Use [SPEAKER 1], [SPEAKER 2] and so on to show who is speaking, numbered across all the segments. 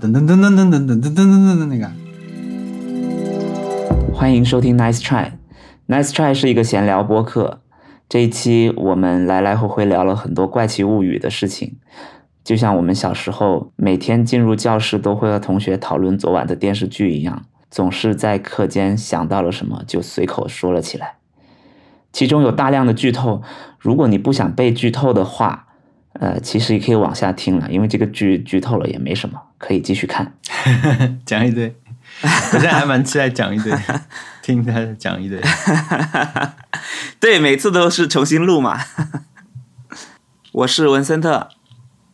[SPEAKER 1] 噔噔噔噔噔噔噔噔噔噔噔那个。
[SPEAKER 2] 欢迎收听 Nice Try。Nice Try 是一个闲聊播客。这一期我们来来回回聊了很多怪奇物语的事情，就像我们小时候每天进入教室都会和同学讨论昨晚的电视剧一样，总是在课间想到了什么就随口说了起来。其中有大量的剧透，如果你不想被剧透的话，呃，其实也可以往下听了，因为这个剧剧透了也没什么，可以继续看。
[SPEAKER 1] 讲一堆，我现在还蛮期待讲一 堆，听他讲一堆。
[SPEAKER 2] 对，每次都是重新录嘛。 我是文森特，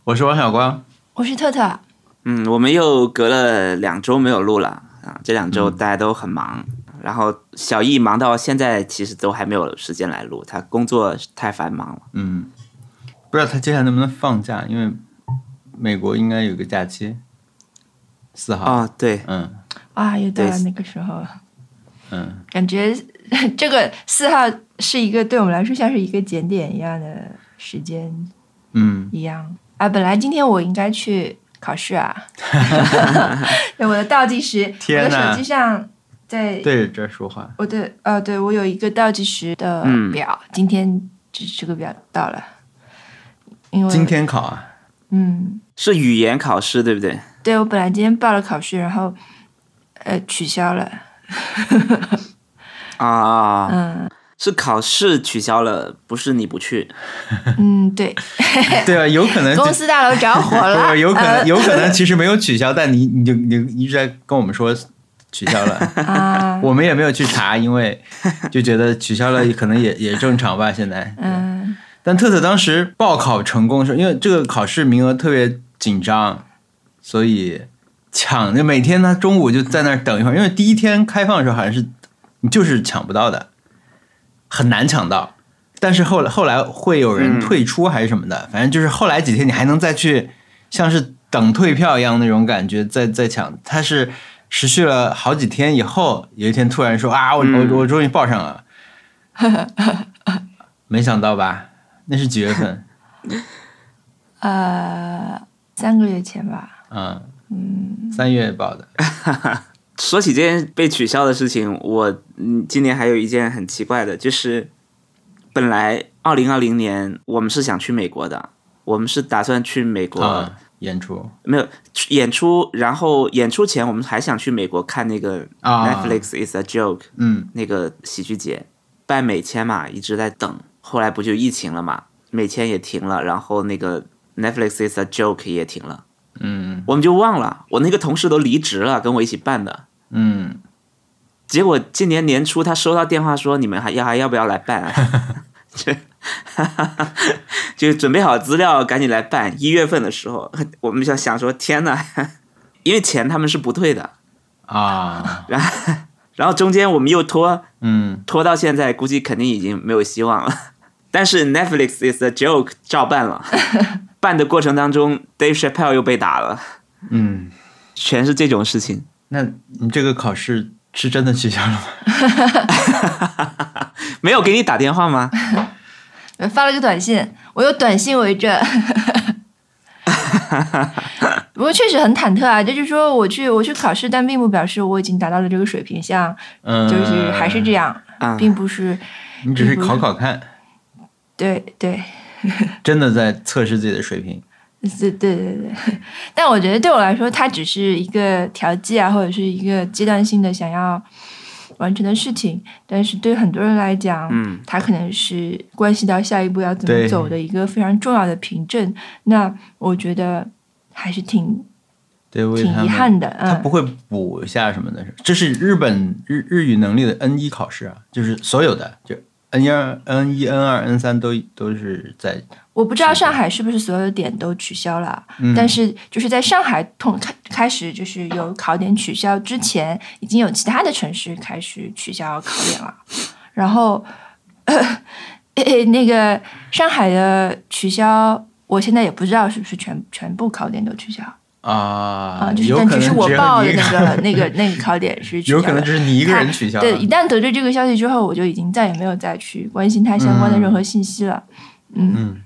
[SPEAKER 1] 我是王小光，
[SPEAKER 3] 我是特特，
[SPEAKER 2] 嗯，我们又隔了两周没有录了啊，这两周大家都很忙，然后小易忙到现在其实都还没有时间来录，他工作太繁忙了。
[SPEAKER 1] 嗯，不知道他接下来能不能放假，因为美国应该有个假期，四号。
[SPEAKER 2] 哦，对，
[SPEAKER 1] 嗯
[SPEAKER 3] 啊，又到了
[SPEAKER 2] 对
[SPEAKER 3] 那个时候，
[SPEAKER 1] 嗯，
[SPEAKER 3] 感觉 这个四号是一个对我们来说像是一个节点一样的时间
[SPEAKER 1] 嗯，
[SPEAKER 3] 一样啊。本来今天我应该去考 试啊， 对我的倒计时，我
[SPEAKER 1] 天
[SPEAKER 3] 的
[SPEAKER 1] 哪
[SPEAKER 3] 手机上在
[SPEAKER 1] 对着这儿说话。
[SPEAKER 3] 我的呃，对我有一个倒计时的
[SPEAKER 2] 嗯
[SPEAKER 3] 表，今天这这个表到了，因为
[SPEAKER 1] 今天考啊？
[SPEAKER 3] 嗯，
[SPEAKER 2] 是语言考试对不对？
[SPEAKER 3] 对我本来今天报了考试，然后呃取消了，
[SPEAKER 2] 啊啊，啊
[SPEAKER 3] 嗯
[SPEAKER 2] 是考试取消了，不是你不去。
[SPEAKER 3] 嗯，对。
[SPEAKER 1] 对啊，有可 能
[SPEAKER 3] 公司大楼着火
[SPEAKER 1] 不
[SPEAKER 3] 了，
[SPEAKER 1] 是 有可能，
[SPEAKER 3] 呃
[SPEAKER 1] 有可能其实没有取消，但你你就你你一直在跟我们说取消 了，
[SPEAKER 3] 啊，
[SPEAKER 1] 我们也没有去查，因为就觉得取消了可能也也正常吧。现在，
[SPEAKER 3] 嗯
[SPEAKER 1] 但特特当时报考成功的时候，因为这个考试名额特别紧张，所以抢就每天他中午就在那儿等一会儿，因为第一天开放的时候好像是你就是抢不到的，很难抢到。但是后来后来会有人
[SPEAKER 2] 嗯
[SPEAKER 1] 退出还是什么的，反正就是后来几天你还能再去，像是等退票一样那种感觉，再再抢。他是持续了好几天以后，有一天突然说啊，我我我终于报上了，没想到吧？那是几月份？
[SPEAKER 3] 呃，三个月前吧，
[SPEAKER 1] 嗯，三月报的，
[SPEAKER 2] 说起这件被取消的事情，我嗯，今年还有一件很奇怪的，就是本来二零二零年我们是想去美国的，我们是打算去美国、
[SPEAKER 1] 啊，演出
[SPEAKER 2] 没有去演出，然后演出前我们还想去美国看那个
[SPEAKER 1] 啊
[SPEAKER 2] Netflix is a joke、
[SPEAKER 1] 嗯
[SPEAKER 2] 那个喜剧节，办美签嘛，一直在等，后来不就疫情了嘛，美签也停了，然后那个 Netflix is a joke 也停了，
[SPEAKER 1] 嗯
[SPEAKER 2] 我们就忘了，我那个同事都离职了，跟我一起办的。
[SPEAKER 1] 嗯，
[SPEAKER 2] 结果今年年初他收到电话说你们还要还要不要来办啊？这 就准备好资料赶紧来办。一月份的时候，我们就想说天呐， 因为钱他们是不退的，
[SPEAKER 1] 啊，
[SPEAKER 2] 然后中间我们又拖
[SPEAKER 1] 嗯
[SPEAKER 2] 拖到现在，估计肯定已经没有希望了。 但是 Netflix is a joke 照办了，办的过程当中，Dave Chappelle 又被打了，
[SPEAKER 1] 嗯，
[SPEAKER 2] 全是这种事情。
[SPEAKER 1] 那你这个考试是真的取消了吗？
[SPEAKER 2] 没有给你打电话吗？
[SPEAKER 3] 呃发了个短信，我有短信 为证。不过确实很忐忑啊，这就是说我去我去考试，但并不表示我已经达到了这个水平，像
[SPEAKER 1] 嗯，
[SPEAKER 3] 就是还是这，嗯样，
[SPEAKER 2] 啊、
[SPEAKER 3] 并不是
[SPEAKER 1] 你只是考考看，
[SPEAKER 3] 对对
[SPEAKER 1] 真的在测试自己的水平。
[SPEAKER 3] 对对对对。但我觉得对我来说，它只是一个调剂啊，或者是一个阶段性的想要完成的事情。但是对很多人来讲，
[SPEAKER 2] 嗯，
[SPEAKER 3] 它可能是关系到下一步要怎
[SPEAKER 1] 对
[SPEAKER 3] 么走的一个非常重要的凭证。那我觉得还是挺
[SPEAKER 1] 对，为
[SPEAKER 3] 挺
[SPEAKER 1] 他
[SPEAKER 3] 遗
[SPEAKER 1] 们，
[SPEAKER 3] 憾的，
[SPEAKER 1] 他不
[SPEAKER 3] 嗯，
[SPEAKER 1] 会补一下什么的，是这是日本日日语能力的 N 一考试啊，就是所有的就 N 一、N 一、N 二、N 三都都是在，
[SPEAKER 3] 我不知道上海是不是所有的点都取消了啊，
[SPEAKER 1] 嗯
[SPEAKER 3] 但是就是在上海通开开始就是有考点取消之前，已经有其他的城市开始取消考点了，然后、 呃呃那个上海的取消。我现在也不知道是不是全全部考点都取消
[SPEAKER 1] 啊
[SPEAKER 3] 啊，就是
[SPEAKER 1] 有
[SPEAKER 3] 但
[SPEAKER 1] 可
[SPEAKER 3] 只
[SPEAKER 1] 能
[SPEAKER 3] 是我
[SPEAKER 1] 有
[SPEAKER 3] 报
[SPEAKER 1] 你
[SPEAKER 3] 的
[SPEAKER 1] 一
[SPEAKER 3] 那个那个那个考点是取消
[SPEAKER 1] 有
[SPEAKER 3] 的，
[SPEAKER 1] 可能只是你一个人取消了，
[SPEAKER 3] 对，一旦得知这个消息之后，我就已经再也没有再去关心它相关的任何信息了。嗯，
[SPEAKER 1] 嗯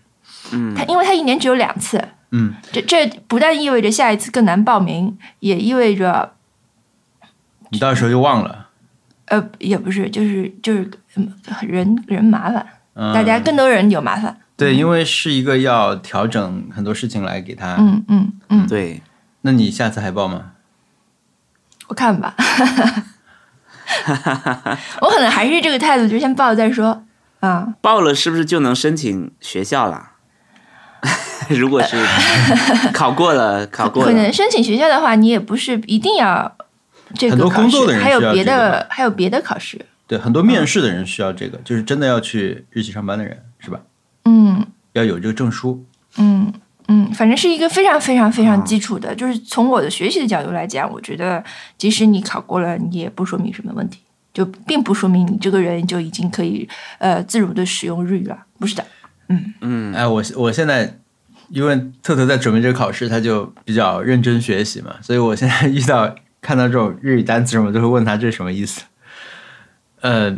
[SPEAKER 2] 嗯
[SPEAKER 3] 它因为它一年只有两次，
[SPEAKER 1] 嗯，
[SPEAKER 3] 这这不但意味着下一次更难报名，也意味着
[SPEAKER 1] 你到时候就忘了。
[SPEAKER 3] 呃，也不是，就是就是嗯人人麻烦，
[SPEAKER 1] 嗯，
[SPEAKER 3] 大家嗯更多人有麻烦。
[SPEAKER 1] 对，因为是一个要调整很多事情来给他。
[SPEAKER 3] 嗯嗯嗯，
[SPEAKER 2] 对，
[SPEAKER 1] 那你下次还报吗？
[SPEAKER 3] 我 看吧， 我可能还是这个态度，就先报再说啊。
[SPEAKER 2] 报了是不是就能申请学校啦？ 如果 是考过了，考过
[SPEAKER 3] 可能
[SPEAKER 2] 了，
[SPEAKER 3] 申请学校的话，你也不是一定要这
[SPEAKER 1] 很
[SPEAKER 3] 个
[SPEAKER 1] 多
[SPEAKER 3] 考
[SPEAKER 1] 工作的
[SPEAKER 3] 试，
[SPEAKER 1] 人
[SPEAKER 3] 还有别
[SPEAKER 1] 需要这个
[SPEAKER 3] 的还有别的考试。
[SPEAKER 1] 对，很多
[SPEAKER 3] 嗯
[SPEAKER 1] 面试的人需要这个，就是真的要去日企上班的人，是吧？
[SPEAKER 3] 嗯
[SPEAKER 1] 要有这个证书。
[SPEAKER 3] 嗯嗯，反正是一个非常非常非常
[SPEAKER 2] 啊
[SPEAKER 3] 基础的，就是从我的学习的角度来讲，我觉得即使你考过了，你也不说明什么问题，就并不说明你这个人就已经可以呃自如的使用日语了，不是的。
[SPEAKER 2] 嗯，
[SPEAKER 1] 哎，我我现在因为特特在准备这个考试，他就比较认真学习嘛，所以我现在遇到看到这种日语单词什么，就会问他这是什么意思。呃，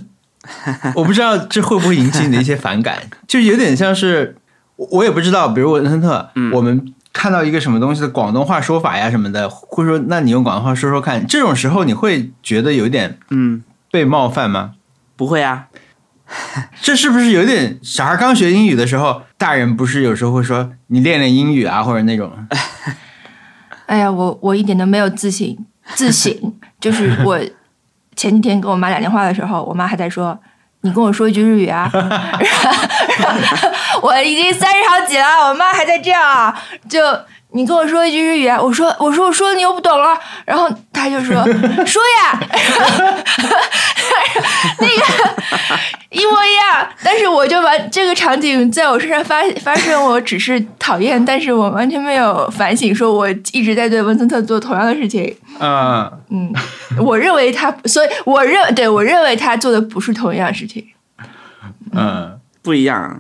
[SPEAKER 1] 我不知道这会不会引起你的一些反感，就有点像是我我也不知道，比如文森特，
[SPEAKER 2] 嗯
[SPEAKER 1] 我们看到一个什么东西的广东话说法呀什么的，会说那你用广东话说说看，这种时候你会觉得有点
[SPEAKER 2] 嗯，
[SPEAKER 1] 被冒犯吗？
[SPEAKER 2] 不会啊，
[SPEAKER 1] 这是不是有点小孩刚学英语的时候，大人不是有时候会说你练练英语啊，或者那种？
[SPEAKER 3] 哎呀，我我一点都没有自信，自省就是我前几天跟我妈打电话的时候，我妈还在说。你跟我说一句日语啊！然后我已经三十好几了，我妈还在这样啊！就你跟我说一句日语啊！我说我说我说你又不懂了，然后她就说说呀， 那个一模一样。但是我就完这个场景在我身上发发生，我只是讨厌，但是我完全没有反省，说我一直在对文森特做同样的事情。
[SPEAKER 1] 呃，
[SPEAKER 3] 嗯，我认为他，所以我认对我认为他做的不是同样的事情。
[SPEAKER 1] 嗯，
[SPEAKER 2] 不一样。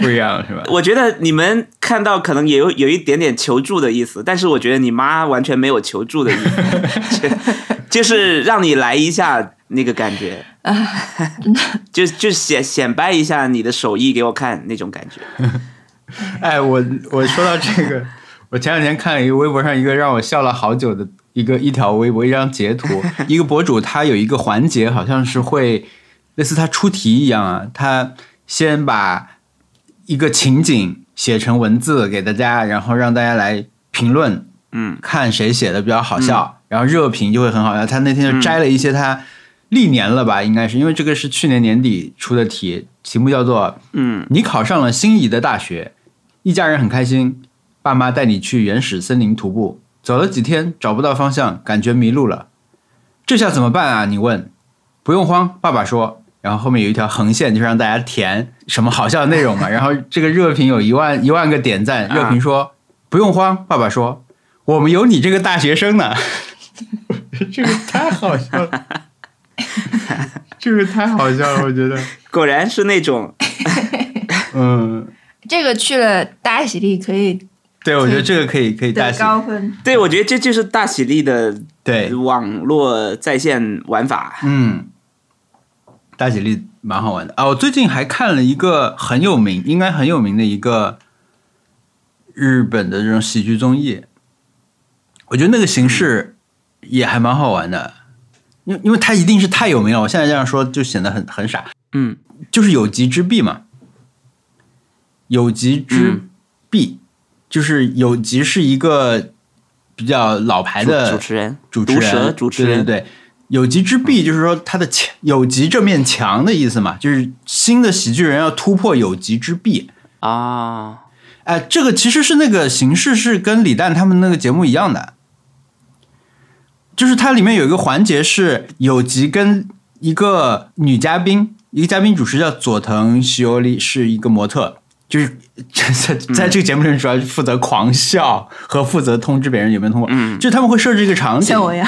[SPEAKER 1] 不一样是吧？
[SPEAKER 2] 我觉得你们看到可能也有有一点点求助的意思，但是我觉得你妈完全没有求助的意思， 就就是让你来一下那个感觉， 就就显显摆一下你的手艺给我看那种感觉。
[SPEAKER 1] 哎，我我说到这个，我前两天看了一个微博上一个让我笑了好久的一个一条微博一张截 图，一个博主他有一个环节，好像是会类似他出题一样啊，他先把一个情景写成文字给大家，然后让大家来评论，
[SPEAKER 2] 嗯，
[SPEAKER 1] 看谁写的比较好笑，然后热评就会很好笑。他那天就摘了一些他历年了吧，应该是因为这个是去年年底出的题，题目叫做
[SPEAKER 2] 嗯，
[SPEAKER 1] 你考上了心仪的大学，一家人很开心，爸妈带你去原始森林徒步，走了几天找不到方向，感觉迷路了，这下怎么办啊？你问，不用慌，爸爸说。然后后面有一条横线，就让大家填什么好笑的内容 嘛。然后这个热评有一万一万个点赞，
[SPEAKER 2] 啊
[SPEAKER 1] 热评说、不用慌，爸爸说我们有你这个大学生呢。 这个太好笑了，这个太好笑了，我觉得，
[SPEAKER 2] 果然是那种
[SPEAKER 1] 嗯。
[SPEAKER 3] 这个去了大喜力可以
[SPEAKER 1] 对，我觉得这个可以可以大
[SPEAKER 3] 得
[SPEAKER 1] 写。
[SPEAKER 3] 高分。
[SPEAKER 2] 对，我觉得这就是大喜力的
[SPEAKER 1] 对，
[SPEAKER 2] 网络在线玩法。
[SPEAKER 1] 嗯，大喜力蛮好玩的啊！我最近还看了一个很有名，应该很有名的一个日本的这种喜剧综艺，我觉得那个形式也还蛮好玩的，因因为它一定是太有名了，我现在这样说就显得很很傻，
[SPEAKER 2] 嗯
[SPEAKER 1] 就是有极之弊嘛，有极之
[SPEAKER 2] 嗯
[SPEAKER 1] 弊，就是有极是一个比较老牌
[SPEAKER 2] 主
[SPEAKER 1] 的
[SPEAKER 2] 主持人，
[SPEAKER 1] 主持
[SPEAKER 2] 毒舌
[SPEAKER 1] 人，
[SPEAKER 2] 主持人，
[SPEAKER 1] 对
[SPEAKER 2] 嗯
[SPEAKER 1] 对对，有极之弊就是说他的墙有极这面墙的意思嘛，就是新的喜剧人要突破有极之弊。
[SPEAKER 2] 啊，
[SPEAKER 1] 哎，这个其实是那个形式是跟李诞他们那个节目一样的，就是它里面有一个环节是有极跟一个女嘉宾，一个嘉宾主持叫佐藤喜优里，是一个模特，就是 在在这个节目里面主要是负责狂笑和负责通知别人有没有通过，
[SPEAKER 2] 嗯
[SPEAKER 1] 就是他们会设置一个场景，
[SPEAKER 3] 像我一样，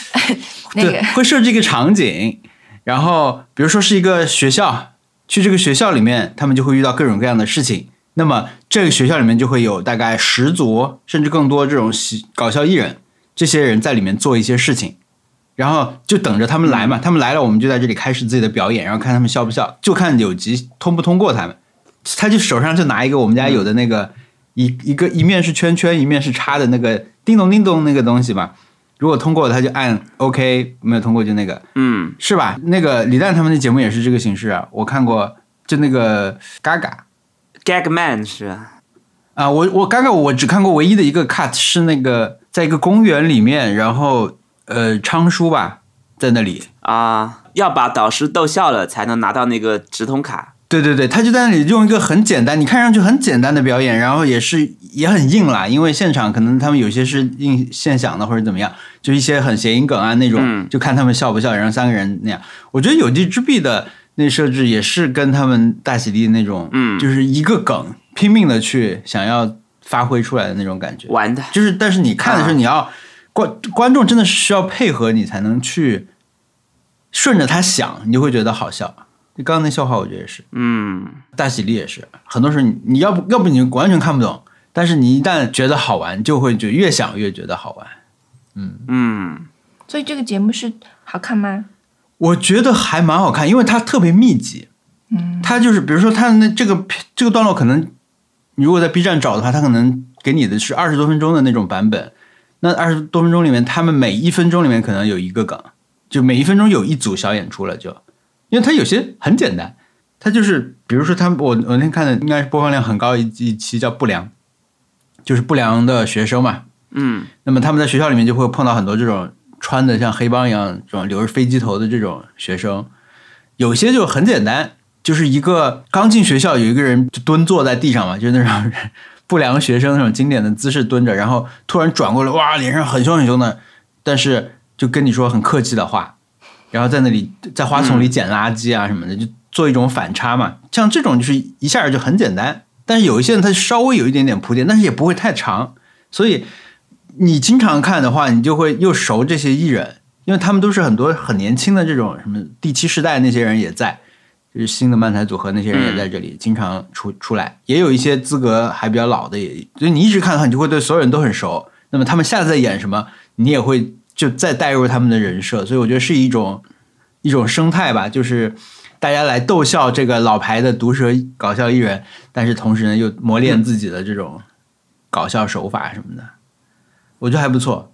[SPEAKER 3] 那
[SPEAKER 1] 对
[SPEAKER 3] 个，
[SPEAKER 1] 会设置一个场景，然后比如说是一个学校，去这个学校里面，他们就会遇到各种各样的事情。那么这个学校里面就会有大概十组甚至更多这种喜搞笑艺人，这些人在里面做一些事情，然后就等着他们来嘛。他们来了，我们就在这里开始自己的表演，然后看他们笑不笑，就看有吉通不通过他们。他就手上就拿一个我们家有的那个一一个一面是圈圈，一面是叉的那个叮咚叮咚那个东西嘛。如果通过了，他就按 OK；没有通过就那个，
[SPEAKER 4] 嗯，
[SPEAKER 1] 是吧？那个李诞他们的节目也是这个形式啊，我看过，就那个 Gaga
[SPEAKER 4] Gagman 是吧
[SPEAKER 1] 啊，我我 Gaga 我只看过唯一的一个 cut 是那个在一个公园里面，然后呃昌叔吧在那里，
[SPEAKER 4] 啊，要把导师逗笑了才能拿到那个直筒卡。
[SPEAKER 1] 对对对，他就在那里用一个很简单，你看上去很简单的表演，然后也是也很硬啦，因为现场可能他们有些是硬现想的或者怎么样，就一些很谐音梗啊那种，
[SPEAKER 4] 嗯
[SPEAKER 1] 就看他们笑不笑，然后三个人那样。我觉得有地之壁的那设置也是跟他们大喜地那种，
[SPEAKER 4] 嗯
[SPEAKER 1] 就是一个梗拼命的去想要发挥出来的那种感觉，
[SPEAKER 4] 玩的，
[SPEAKER 1] 就是但是你看的时候你要、观观众真的是需要配合你才能去顺着他想，你就会觉得好笑。就刚刚那笑话，我觉得也是。
[SPEAKER 4] 嗯，
[SPEAKER 1] 大喜力也是，很多时候你你要不要不你完全看不懂，但是你一旦觉得好玩，就会就越想越觉得好玩。
[SPEAKER 4] 嗯，
[SPEAKER 3] 所以这个节目是好看吗？
[SPEAKER 1] 我觉得还蛮好看，因为它特别密集。嗯，它就是比如说它那这个这个段落，可能你如果在 B 站找的话，它可能给你的是二十多分钟的那种版本。那二十多分钟里面，他们每一分钟里面可能有一个梗，就每一分钟有一组小演出了就，因为它有些很简单，它就是比如说他我我那天看的应该是播放量很高一一期叫不良，就是不良的学生嘛，
[SPEAKER 4] 嗯，
[SPEAKER 1] 那么他们在学校里面就会碰到很多这种穿的像黑帮一样、这种留着飞机头的这种学生，有些就很简单，就是一个刚进学校有一个人就蹲坐在地上嘛，就是那种不良学生那种经典的姿势蹲着，然后突然转过来，哇，脸上很凶很凶的，但是就跟你说很客气的话，然后在那里在花丛里捡垃圾啊什么的，就做一种反差嘛。像这种就是一下就很简单，但是有一些人他稍微有一点点铺垫，但是也不会太长，所以你经常看的话，你就会又熟这些艺人，因为他们都是很多很年轻的这种什么第七世代那些人也在，就是新的漫才组合那些人也在这里经常出出来，也有一些资格还比较老的也，就你一直看的话，你就会对所有人都很熟。那么他们下次在演什么，你也会就再带入他们的人设，所以我觉得是一种一种生态吧，就是大家来逗笑这个老牌的毒舌搞笑艺人，但是同时呢又磨练自己的这种搞笑手法什么的，我觉得还不错。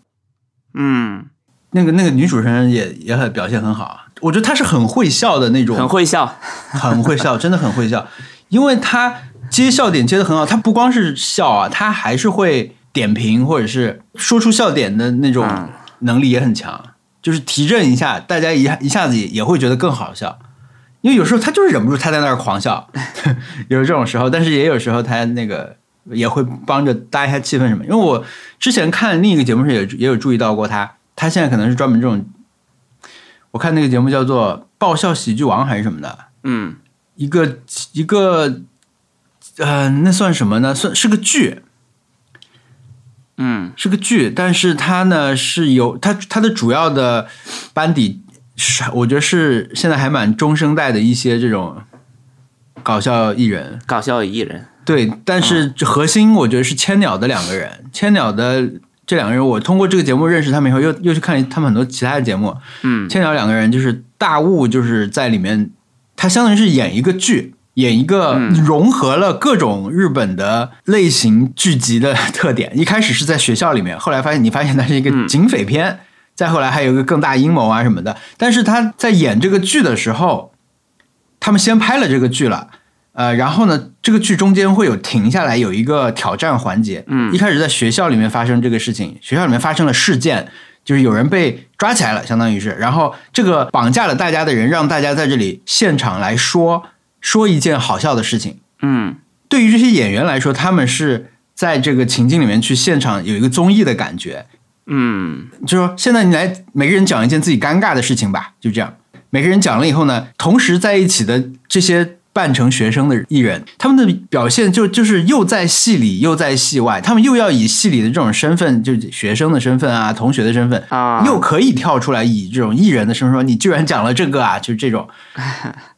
[SPEAKER 4] 嗯，
[SPEAKER 1] 那个那个女主持人也也很表现很好，我觉得她是很会笑的那种，
[SPEAKER 4] 很会笑。
[SPEAKER 1] 很会笑，真的很会笑，因为她接笑点接的很好，她不光是笑啊，她还是会点评或者是说出笑点的那种
[SPEAKER 4] 嗯
[SPEAKER 1] 能力也很强，就是提振一下，大家一下一下子也也会觉得更好笑。因为有时候他就是忍不住，他在那儿狂笑， 有这种时候，但是也有时候他那个也会帮着搭一下气氛什么。因为我之前看另一个节目时也也有注意到过他，他现在可能是专门这种，我看那个节目叫做《爆笑喜剧王》还是什么的，
[SPEAKER 4] 嗯
[SPEAKER 1] 一个一个，呃，那算什么呢？算是个剧，
[SPEAKER 4] 嗯
[SPEAKER 1] 是个剧，但是它呢是有它它的主要的班底是，我觉得是现在还蛮中生代的一些这种搞笑艺人，
[SPEAKER 4] 搞笑艺人。
[SPEAKER 1] 对，但是
[SPEAKER 4] 嗯
[SPEAKER 1] 核心我觉得是千鸟的两个人，千鸟的这两个人，我通过这个节目认识他们以后，又又去看他们很多其他的节目，
[SPEAKER 4] 嗯
[SPEAKER 1] 千鸟两个人就是大雾，就是在里面，他相当于是演一个剧，演一个
[SPEAKER 4] 嗯
[SPEAKER 1] 融合了各种日本的类型剧集的特点。一开始是在学校里面，后来发现你发现它是一个
[SPEAKER 4] 嗯
[SPEAKER 1] 警匪片，再后来还有一个更大阴谋啊什么的。但是他在演这个剧的时候，他们先拍了这个剧了。呃，然后呢，这个剧中间会有停下来，有一个挑战环节。
[SPEAKER 4] 嗯
[SPEAKER 1] 一开始在学校里面发生这个事情，学校里面发生了事件，就是有人被抓起来了，相当于是。然后这个绑架了大家的人，让大家在这里现场来说说一件好笑的事情。
[SPEAKER 4] 嗯
[SPEAKER 1] 对于这些演员来说，他们是在这个情境里面去现场有一个综艺的感觉。
[SPEAKER 4] 嗯
[SPEAKER 1] 就说现在你来每个人讲一件自己尴尬的事情吧，就这样。每个人讲了以后呢，同时在一起的这些扮成学生的艺人，他们的表现就就是又在戏里又在戏外，他们又要以戏里的这种身份，就是学生的身份啊、同学的身份，
[SPEAKER 4] 啊，
[SPEAKER 1] 又可以跳出来以这种艺人的身份说你居然讲了这个啊，就是这种。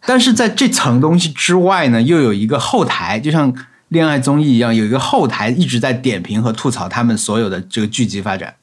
[SPEAKER 1] 但是在这层东西之外呢，又有一个后台，就像恋爱综艺一样，有一个后台一直在点评和吐槽他们所有的这个剧集发展。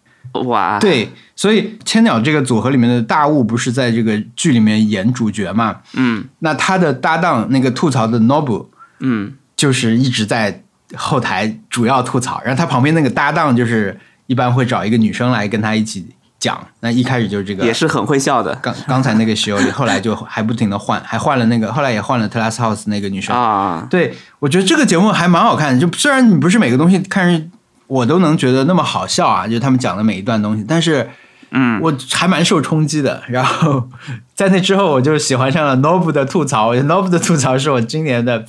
[SPEAKER 4] 哇，，
[SPEAKER 1] 对，所以千鸟这个组合里面的大雾不是在这个剧里面演主角嘛？
[SPEAKER 4] 嗯
[SPEAKER 1] 那他的搭档那个吐槽的 Nobu
[SPEAKER 4] 嗯
[SPEAKER 1] 就是一直在后台主要吐槽，然后他旁边那个搭档就是一般会找一个女生来跟他一起讲。那一开始就是这个，
[SPEAKER 4] 也是很会笑的
[SPEAKER 1] 刚刚才那个石油里，后来就还不停的换，还换了那个，后来也换了 t e l a s House 那个女生。
[SPEAKER 4] 啊。
[SPEAKER 1] 对，我觉得这个节目还蛮好看的。就虽然你不是每个东西看上去我都能觉得那么好笑啊，就是他们讲的每一段东西，但是
[SPEAKER 4] 嗯，
[SPEAKER 1] 我还蛮受冲击的。然后在那之后，我就喜欢上了 Nob 的吐槽。我觉得 Nob 的吐槽是我今年的，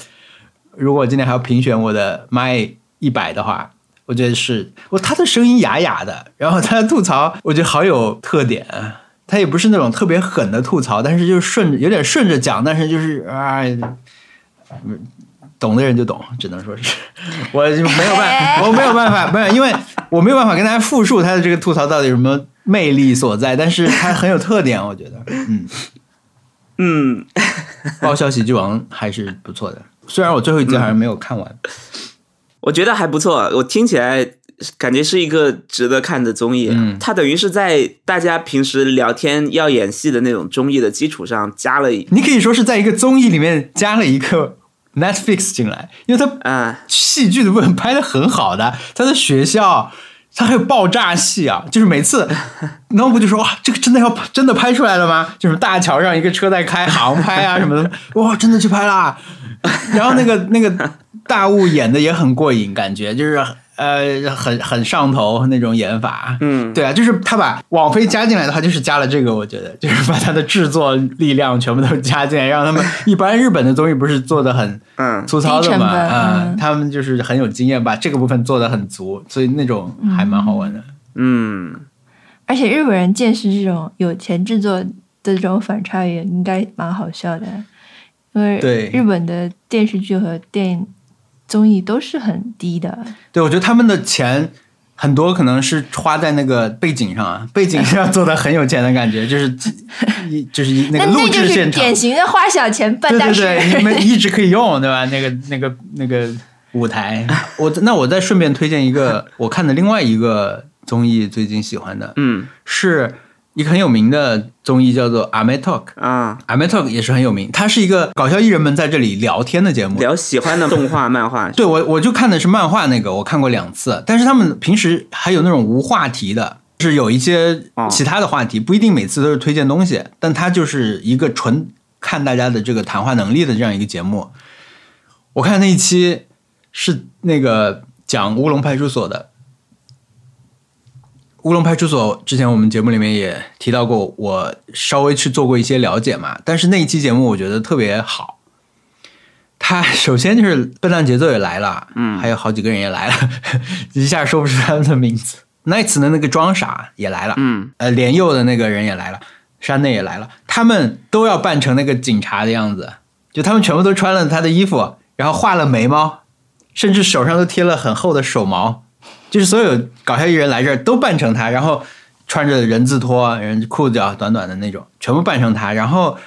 [SPEAKER 1] 如果我今年还要评选我的 My 一百的话，我觉得是我他的声音哑哑的，然后他的吐槽我觉得好有特点。啊他也不是那种特别狠的吐槽，但是就是顺着有点顺着讲，但是就是啊、嗯懂的人就懂，只能说是 我就没有办法，我没有办法，不是因为我没有办法跟大家复述他的这个吐槽到底有什么魅力所在，但是他很有特点，我觉得，嗯，
[SPEAKER 4] 嗯，
[SPEAKER 1] 爆笑喜剧王还是不错的，虽然我最后一集好像没有看完，
[SPEAKER 4] 我觉得还不错，我听起来感觉是一个值得看的综艺。啊
[SPEAKER 1] 嗯
[SPEAKER 4] 它等于是在大家平时聊天要演戏的那种综艺的基础上加了一，
[SPEAKER 1] 你可以说是在一个综艺里面加了一个 Netflix 进来，因为他
[SPEAKER 4] 嗯，
[SPEAKER 1] 戏剧的部分拍的很好的，他的学校，他还有爆炸戏啊，就是每次 n o b 就说哇，这个真的要真的拍出来了吗？就是大桥上一个车在开航拍啊什么的， 哇，真的去拍啦。然后那个那个大雾演的也很过瘾，感觉就是呃很很上头那种演法，
[SPEAKER 4] 嗯
[SPEAKER 1] 对啊，就是他把网飞加进来的话，就是加了这个，我觉得 就是把他的制作力量全部都加进来，让他们一般日本的综艺不是做的很
[SPEAKER 4] 嗯
[SPEAKER 1] 粗糙的嘛，
[SPEAKER 3] 低成本
[SPEAKER 1] 啊
[SPEAKER 3] 嗯
[SPEAKER 1] 他们就是很有经验，把这个部分做的很足，所以那种还蛮好玩的。
[SPEAKER 4] 嗯，
[SPEAKER 3] 而且日本人见识这种有钱制作的这种反差也应该蛮好笑的，啊因为
[SPEAKER 1] 对
[SPEAKER 3] 日本的电视剧和电影综艺都是很低的，啊
[SPEAKER 1] 对，我觉得他们的钱很多可能是花在那个背景上啊，背景上做的很有钱的感觉，就是一就是一那
[SPEAKER 3] 那
[SPEAKER 1] 个录
[SPEAKER 3] 那就
[SPEAKER 1] 制
[SPEAKER 3] 是
[SPEAKER 1] 现场，
[SPEAKER 3] 典型的花小钱办
[SPEAKER 1] 对
[SPEAKER 3] 大
[SPEAKER 1] 对
[SPEAKER 3] 事。
[SPEAKER 1] 对，你 们一直可以用，对吧？那个那个那个舞台，我那我再顺便推荐一个我看的另外一个综艺，最近喜欢的
[SPEAKER 4] 嗯
[SPEAKER 1] 是一个很有名的综艺，叫做《阿妹 Talk》。
[SPEAKER 4] 啊，
[SPEAKER 1] 阿妹 Talk 也是很有名，它是一个搞笑艺人们在这里聊天的节目。
[SPEAKER 4] 聊喜欢的动画、漫画，
[SPEAKER 1] 对我，我就看的是漫画那个，我看过两次。但是他们平时还有那种无话题的，就是有一些
[SPEAKER 4] 哦
[SPEAKER 1] 其他的话题，不一定每次都是推荐东西，但它就是一个纯看大家的这个谈话能力的这样一个节目。我看那一期是那个讲乌龙派出所的。乌龙派出所之前我们节目里面也提到过，我稍微去做过一些了解嘛，但是那一期节目我觉得特别好。他首先就是笨蛋节奏也来了，嗯，还有好几个人也来了， 一下说不出他们的名字。Nights 的那个装傻也来了，
[SPEAKER 4] 嗯，
[SPEAKER 1] 呃，莲佑的那个人也来了，山内也来了，他们都要扮成那个警察的样子，就他们全部都穿了他的衣服，然后画了眉毛，甚至手上都贴了很厚的手毛，就是所有搞笑艺人来这儿都扮成他，然后穿着人字拖、人裤子啊短短的那种，全部扮成他，然后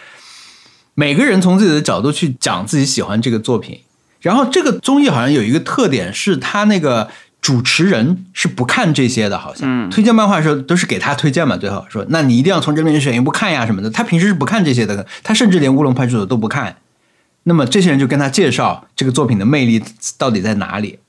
[SPEAKER 1] 每个人从自己的角度去讲自己喜欢这个作品。然后这个综艺好像有一个特点是，他那个主持人是不看这些的，好像、推荐漫画的时候都是给他推荐嘛，最后说那你一定要从这里面选一部看呀什么的。他平时是不看这些的，他甚至连乌龙派出所都不看。那么这些人就跟他介绍这个作品的魅力到底在哪里，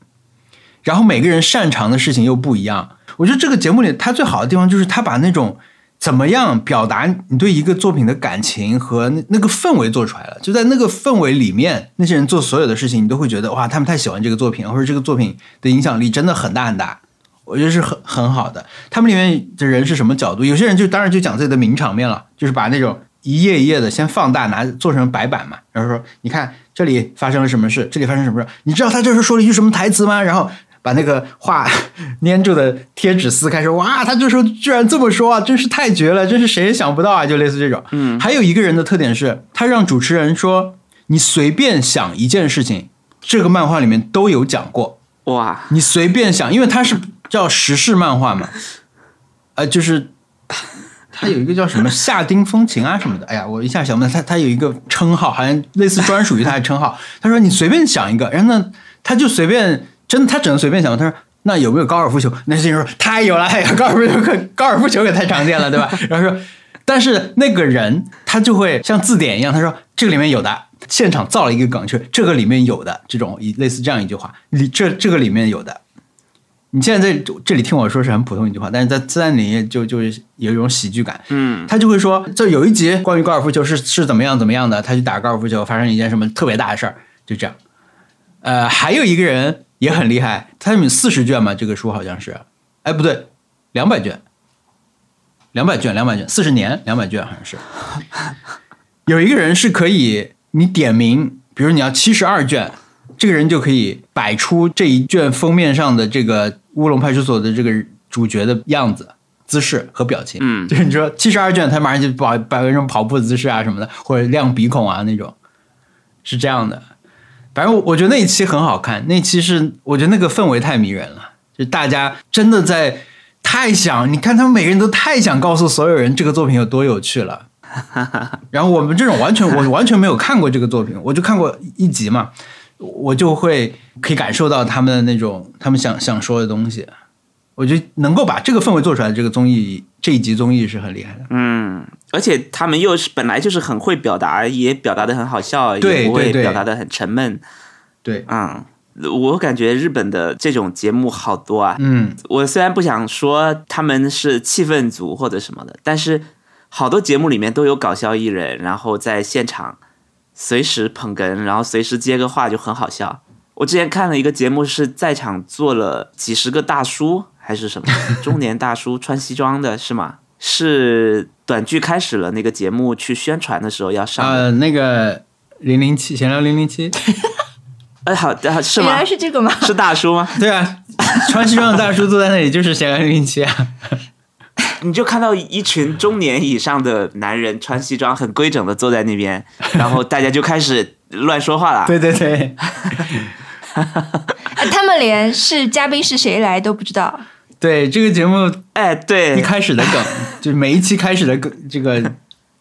[SPEAKER 1] 然后每个人擅长的事情又不一样。我觉得这个节目里他最好的地方就是他把那种怎么样表达你对一个作品的感情和那那个氛围做出来了，就在那个氛围里面，那些人做所有的事情，你都会觉得哇，他们太喜欢这个作品，或者这个作品的影响力真的很大很大。我觉得是很很好的。他们里面的人是什么角度？有些人就当然就讲自己的名场面了，就是把那种一页一页的先放大，拿做成白板嘛，然后说你看这里发生了什么事，这里发生什么事，你知道他这时候说了一句什么台词吗？然后。把那个画粘住的贴纸撕开，说：“哇，他这时候居然这么说啊，真是太绝了，真是谁也想不到啊！”就类似这种。嗯，还有一个人的特点是，他让主持人说：“你随便想一件事情，这个漫画里面都有讲过。”
[SPEAKER 4] 哇，
[SPEAKER 1] 你随便想，因为它是叫时事漫画嘛，呃，就是它有一个叫什么夏丁风情啊什么的，哎呀，我一下想不到，它它有一个称号，好像类似专属于它的称号。他说你随便想一个，然后呢，他就随便，真的他只能随便想。他说那有没有高尔夫球？那些人说太有了，哎呀，高尔夫球可高尔夫球可太常见 了，对吧？然后说，但是那个人他就会像字典一样，他说这个里面有的。现场造了一个梗，就是这个里面有的这种一类似这样一句话，里这这个里面有的。你现在在这里听我说是很普通一句话，但是在自然里面就就是有一种喜剧感。
[SPEAKER 4] 嗯，
[SPEAKER 1] 他就会说，就有一集关于高尔夫球是是怎么样怎么样的，他去打高尔夫球，发生一件什么特别大的事儿，就这样。呃，还有一个人也很厉害，他有四十卷嘛，这个书好像是，哎不对，两百卷，两百卷，两百卷，四十年两百卷好像是。有一个人是可以，你点名，比如你要七十二卷，这个人就可以摆出这一卷封面上的这个乌龙派出所的这个主角的样子、姿势和表情。
[SPEAKER 4] 嗯
[SPEAKER 1] 就是你说七十二卷，他马上就摆摆个什么跑步姿势啊什么的，或者亮鼻孔啊那种，是这样的。反正我我觉得那一期很好看，那期是我觉得那个氛围太迷人了，就大家真的在太想，你看他们每个人都太想告诉所有人这个作品有多有趣了。然后我们这种完全我完全没有看过这个作品，我就看过一集嘛，我就会可以感受到他们的那种他们想想说的东西。我觉得能够把这个氛围做出来，这个综艺这一集综艺是很厉害的。
[SPEAKER 4] 嗯，而且他们又是本来就是很会表达，也表达的很好笑，
[SPEAKER 1] 对
[SPEAKER 4] 也不
[SPEAKER 1] 对
[SPEAKER 4] 会
[SPEAKER 1] 对
[SPEAKER 4] 表达的很沉闷
[SPEAKER 1] 对，
[SPEAKER 4] 啊、嗯。我感觉日本的这种节目好多啊。
[SPEAKER 1] 嗯，
[SPEAKER 4] 我虽然不想说他们是气氛组或者什么的，但是好多节目里面都有搞笑艺人，然后在现场随时捧哏，然后随时接个话就很好笑。我之前看了一个节目，是在场坐了几十个大叔还是什么中年大叔，穿西装的是吗？是短剧开始了那个节目去宣传的时候要上的，
[SPEAKER 1] 呃，那个零零七闲聊零零七，
[SPEAKER 4] 哎、好好，好是
[SPEAKER 3] 原
[SPEAKER 4] 吗
[SPEAKER 3] 来？是这个吗？
[SPEAKER 4] 是大叔吗？
[SPEAKER 1] 对啊，穿西装的大叔坐在那里就是闲聊零零七啊。
[SPEAKER 4] 你就看到一群中年以上的男人穿西装，很规整的坐在那边，然后大家就开始乱说话了。
[SPEAKER 1] 对对对，
[SPEAKER 3] 他们连是嘉宾是谁来都不知道。
[SPEAKER 1] 对这个节目
[SPEAKER 4] 哎，
[SPEAKER 1] 一
[SPEAKER 4] 对，
[SPEAKER 1] 开始的梗，就是每一期开始的梗，这个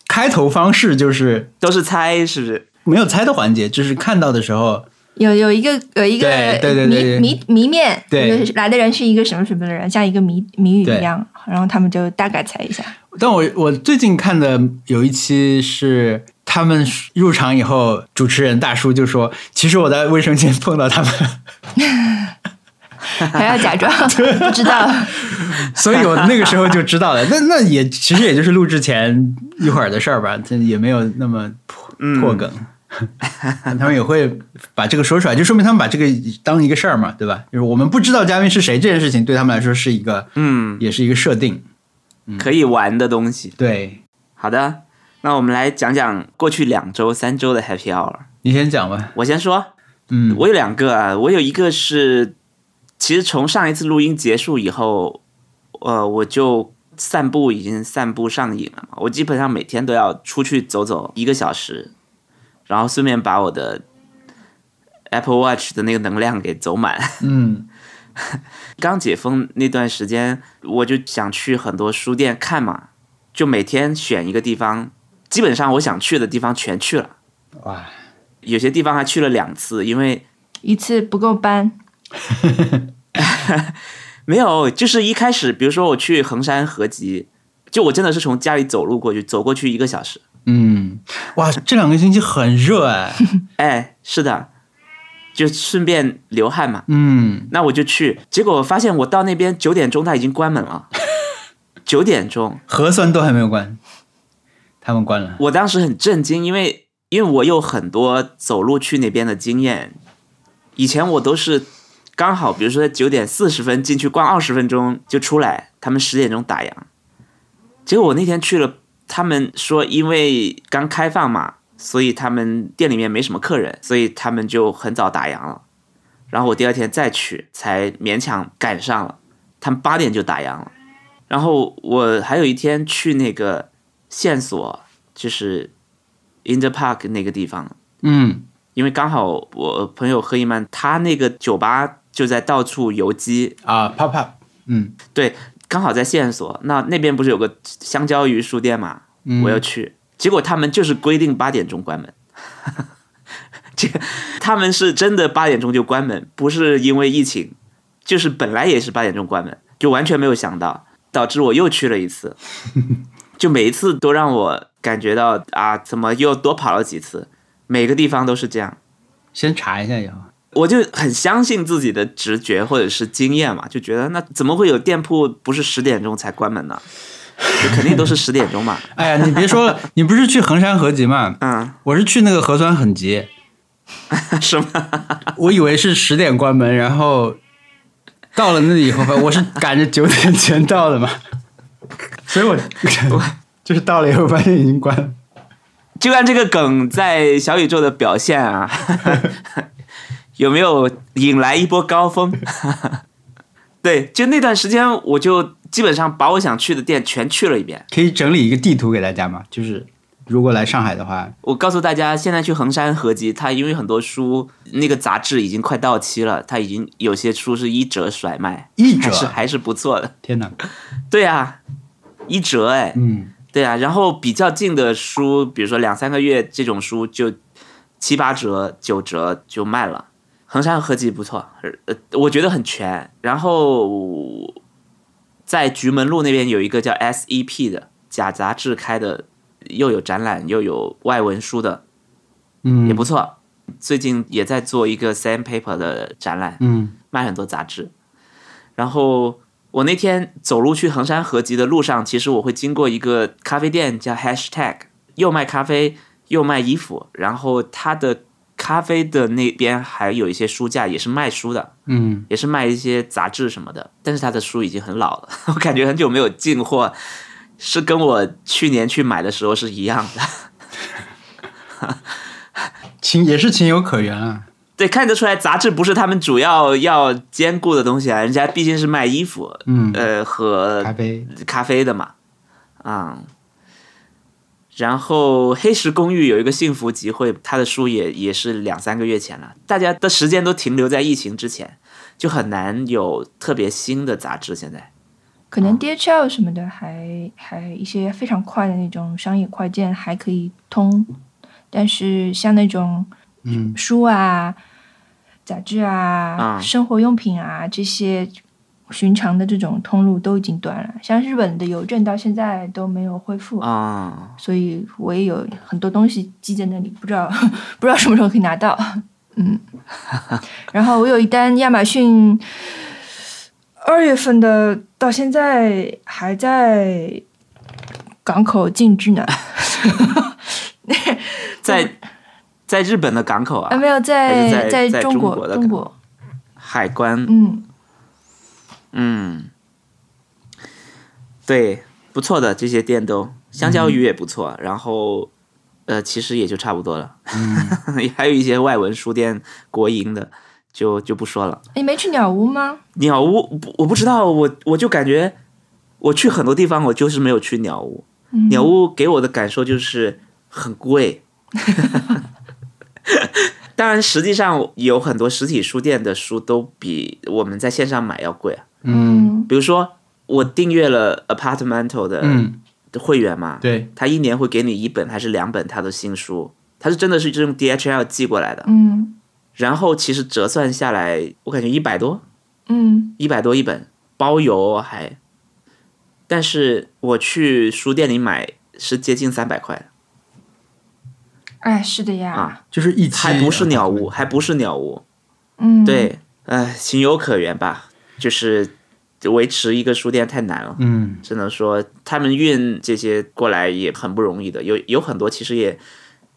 [SPEAKER 1] 开头方式就是
[SPEAKER 4] 都是猜，是不是？
[SPEAKER 1] 没有猜的环节，就是看到的时候，
[SPEAKER 3] 有有一个有一个
[SPEAKER 1] 对对对对
[SPEAKER 3] 谜谜谜面，
[SPEAKER 1] 对
[SPEAKER 3] 就是来的人是一个什么什么的人，像一个谜谜语
[SPEAKER 1] 对
[SPEAKER 3] 一样，然后他们就大概猜一下。
[SPEAKER 1] 但我我最近看的有一期是他们入场以后，主持人大叔就说：“其实我在卫生间碰到他们，
[SPEAKER 3] 还要假装不知道。
[SPEAKER 1] 所以我那个时候就知道了。那那也其实也就是录之前一会儿的事儿吧，这也没有那么破
[SPEAKER 4] 嗯
[SPEAKER 1] 破梗。他们也会把这个说出来，就说明他们把这个当一个事儿嘛，对吧？就是我们不知道嘉宾是谁这件事情，对他们来说是一个，
[SPEAKER 4] 嗯，
[SPEAKER 1] 也是一个设定。
[SPEAKER 4] 可以玩的东西。
[SPEAKER 1] 对
[SPEAKER 4] 好的，那我们来讲讲过去两周、三周的 Happy Hour。
[SPEAKER 1] 你先讲吧，
[SPEAKER 4] 我先说，
[SPEAKER 1] 嗯，
[SPEAKER 4] 我有两个啊，我有一个是，其实从上一次录音结束以后，呃，我就散步已经散步上瘾了嘛，我基本上每天都要出去走走一个小时，然后顺便把我的 Apple Watch 的那个能量给走满。
[SPEAKER 1] 嗯
[SPEAKER 4] 刚解封那段时间，我就想去很多书店看嘛，就每天选一个地方，基本上我想去的地方全去了，
[SPEAKER 1] 哇，
[SPEAKER 4] 有些地方还去了两次，因为。
[SPEAKER 3] 一次不够搬，
[SPEAKER 4] 没有，就是一开始，比如说我去衡山合集，就我真的是从家里走路过去，走过去一个小时。
[SPEAKER 1] 嗯，哇，这两个星期很热 哎，
[SPEAKER 4] 哎，是的，就顺便流汗嘛。
[SPEAKER 1] 嗯，
[SPEAKER 4] 那我就去，结果我发现我到那边九点钟它已经关门了，九点钟，
[SPEAKER 1] 核酸都还没有关，他们关了。
[SPEAKER 4] 我当时很震惊，因为因为我有很多走路去那边的经验，以前我都是刚好，比如说九点四十分进去逛二十分钟就出来，他们十点钟打烊。结果我那天去了，他们说因为刚开放嘛，所以他们店里面没什么客人，所以他们就很早打烊了。然后我第二天再去，才勉强赶上了，他们八点就打烊了。然后我还有一天去那个线索，就是 In the Park 那个地方，
[SPEAKER 1] 嗯
[SPEAKER 4] 因为刚好我朋友赫伊曼他那个酒吧就在到处游击，
[SPEAKER 1] 啊，pop up，嗯
[SPEAKER 4] 对，刚好在线索。那那边不是有个香蕉鱼书店嘛？
[SPEAKER 1] 嗯，
[SPEAKER 4] 我要去，结果他们就是规定八点钟关门。 这个他们是真的八点钟就关门，不是因为疫情，就是本来也是八点钟关门，就完全没有想到，导致我又去了一次，就每一次都让我感觉到啊，怎么又多跑了几次？
[SPEAKER 2] 每个地方都是这样。
[SPEAKER 1] 先查一下以后。
[SPEAKER 2] 我就很相信自己的直觉或者是经验嘛，就觉得那怎么会有店铺不是十点钟才关门呢？就肯定都是十点钟嘛。
[SPEAKER 1] 哎呀，你别说 了，你不是去衡山合集吗？
[SPEAKER 2] 嗯，
[SPEAKER 1] 我是去那个核酸狠集，
[SPEAKER 2] 是吗？
[SPEAKER 1] 我以为是十点关门，然后到了那里以后，我是赶着九点前到的嘛，所以我 就是到了以后发现已经关了。
[SPEAKER 2] 就按这个梗在小宇宙的表现啊， 有没有引来一波高 峰？对，就那段时间，我就基本上把我想去的店全去了一遍。
[SPEAKER 1] 可以整理一个地图给大家吗？就是如果来上海的话，
[SPEAKER 2] 我告诉大家，现在去衡山合集，它因为很多书、那个杂志已经快到期了，它已经有些书是一折甩卖，
[SPEAKER 1] 一折
[SPEAKER 2] 还，是还是不错的。
[SPEAKER 1] 天哪，
[SPEAKER 2] 对啊，一折哎，
[SPEAKER 1] 嗯，
[SPEAKER 2] 对啊。然后比较近的书，比如说两三个月这种书，就七八折、九折就卖了。衡山合集不错，呃，我觉得很全。然后在菊门路那边有一个叫 SEP 的假杂志开的，又有展览又有外文书的，
[SPEAKER 1] 嗯，
[SPEAKER 2] 也不错。最近也在做一个 sandpaper 的展览，
[SPEAKER 1] 嗯，
[SPEAKER 2] 卖很多杂志。然后我那天走路去衡山合集的路上，其实我会经过一个咖啡店，叫 Hashtag，又卖咖啡又卖衣服。然后它的咖啡的那边还有一些书架，也是卖书的，
[SPEAKER 1] 嗯，
[SPEAKER 2] 也是卖一些杂志什么的。但是它的书已经很老了， 我感觉很久没有进货，是跟我去年去买的时候是一样的。
[SPEAKER 1] 情也是情有可原啊，
[SPEAKER 2] 对，看得出来杂志不是他们主要要兼顾的东西啊，人家毕竟是卖衣服，
[SPEAKER 1] 嗯，
[SPEAKER 2] 呃和
[SPEAKER 1] 咖啡，
[SPEAKER 2] 咖啡的嘛，啊、然后黑石公寓有一个幸福集会，他的书也也是两三个月前了，大家的时间都停留在疫情之前，就很难有特别新的杂志。现在
[SPEAKER 3] 可能 DHL 什么的还还一些非常快的那种商业快件还可以通，但是像那种
[SPEAKER 1] 嗯，
[SPEAKER 3] 书啊、杂志啊、
[SPEAKER 2] 嗯
[SPEAKER 3] 生活用品啊这些寻常的这种通路都已经断了。像日本的邮政到现在都没有恢复，
[SPEAKER 2] 啊、
[SPEAKER 3] 所以我也有很多东西积在那里，不知道 不知道什么时候可以拿到。 嗯，然后我有一单亚马逊二月份的，到现在还在港口静置 呢，
[SPEAKER 2] 在在日本的港口
[SPEAKER 3] 啊，
[SPEAKER 2] 啊，
[SPEAKER 3] 没有
[SPEAKER 2] 还
[SPEAKER 3] 在
[SPEAKER 2] 是在在
[SPEAKER 3] 中
[SPEAKER 2] 中国
[SPEAKER 3] 国
[SPEAKER 2] 的
[SPEAKER 3] 中国，
[SPEAKER 2] 海关
[SPEAKER 3] 嗯，
[SPEAKER 2] 嗯，对，不错的，这些店都香蕉鱼也不错，然后呃，其实也就差不多了。 还有一些外文书店、国营的，就就不说了。
[SPEAKER 3] 你没去鸟屋吗？
[SPEAKER 2] 鸟屋，不我不知道，我我就感觉我去很多地方，我就是没有去鸟屋。
[SPEAKER 3] 嗯
[SPEAKER 2] 鸟屋给我的感受就是很贵。当然，实际上有很多实体书店的书都比我们在线上买要贵啊。
[SPEAKER 1] 嗯，
[SPEAKER 2] 比如说我订阅了 Apartmento 的
[SPEAKER 1] 嗯，
[SPEAKER 2] 的会员嘛，
[SPEAKER 1] 对，
[SPEAKER 2] 他一年会给你一本还是两本他的新书，他是真的是用 DHL 寄过来的。
[SPEAKER 3] 嗯
[SPEAKER 2] 然后其实折算下来，我感觉一百多，
[SPEAKER 3] 嗯
[SPEAKER 2] 一百多一本，包邮还。但是我去书店里买是接近三百块的，
[SPEAKER 3] 哎，是的呀，
[SPEAKER 2] 啊
[SPEAKER 1] 就是啊一期，
[SPEAKER 2] 还不是鸟屋，还不是鸟屋，
[SPEAKER 3] 嗯，，
[SPEAKER 2] 对，唉，情有可原吧，就是维持一个书店太难了。
[SPEAKER 1] 嗯，
[SPEAKER 2] 只能说他们运这些过来也很不容易的，有有很多其实也，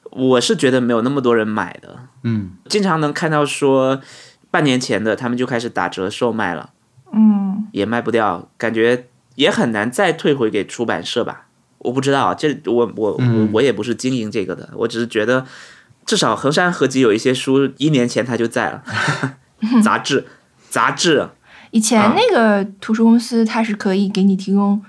[SPEAKER 2] 我是觉得没有那么多人买的，
[SPEAKER 1] 嗯
[SPEAKER 2] 经常能看到说半年前的他们就开始打折售卖了，
[SPEAKER 3] 嗯
[SPEAKER 2] 也卖不掉，感觉也很难再退回给出版社吧。我不知道，啊这我我我
[SPEAKER 1] 嗯
[SPEAKER 2] 我也不是经营这个的，我只是觉得至少衡山合集有一些书一年前它就在了，杂志杂志
[SPEAKER 3] 以前
[SPEAKER 2] 啊
[SPEAKER 3] 那个图书公司它是可以给你提供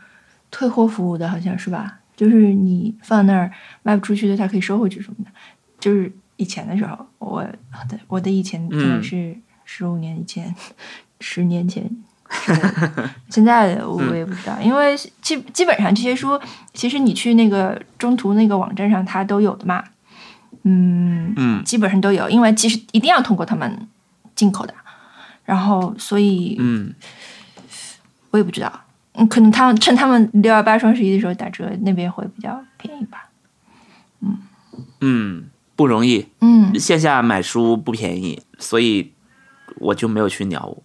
[SPEAKER 3] 退货服务的，好像是吧？就是你放那儿卖不出去的，它可以收回去什么的。就是以前的时候，我好的我的以前可能
[SPEAKER 2] 嗯
[SPEAKER 3] 是十五年以前、 十年前之类的，现在的
[SPEAKER 2] 嗯
[SPEAKER 3] 我也不知道，因为基基本上这些书，其实你去那个中途那个网站上它都有的嘛，嗯，
[SPEAKER 2] 嗯
[SPEAKER 3] 基本上都有，因为其实一定要通过他们进口的，然后所以
[SPEAKER 2] 嗯
[SPEAKER 3] 我也不知道，嗯，可能他们趁他们六幺八、双十一的时候打折，那边会比较便宜吧。
[SPEAKER 2] 嗯，不容易，
[SPEAKER 3] 嗯，
[SPEAKER 2] 线下买书不便宜，所以我就没有去鸟屋。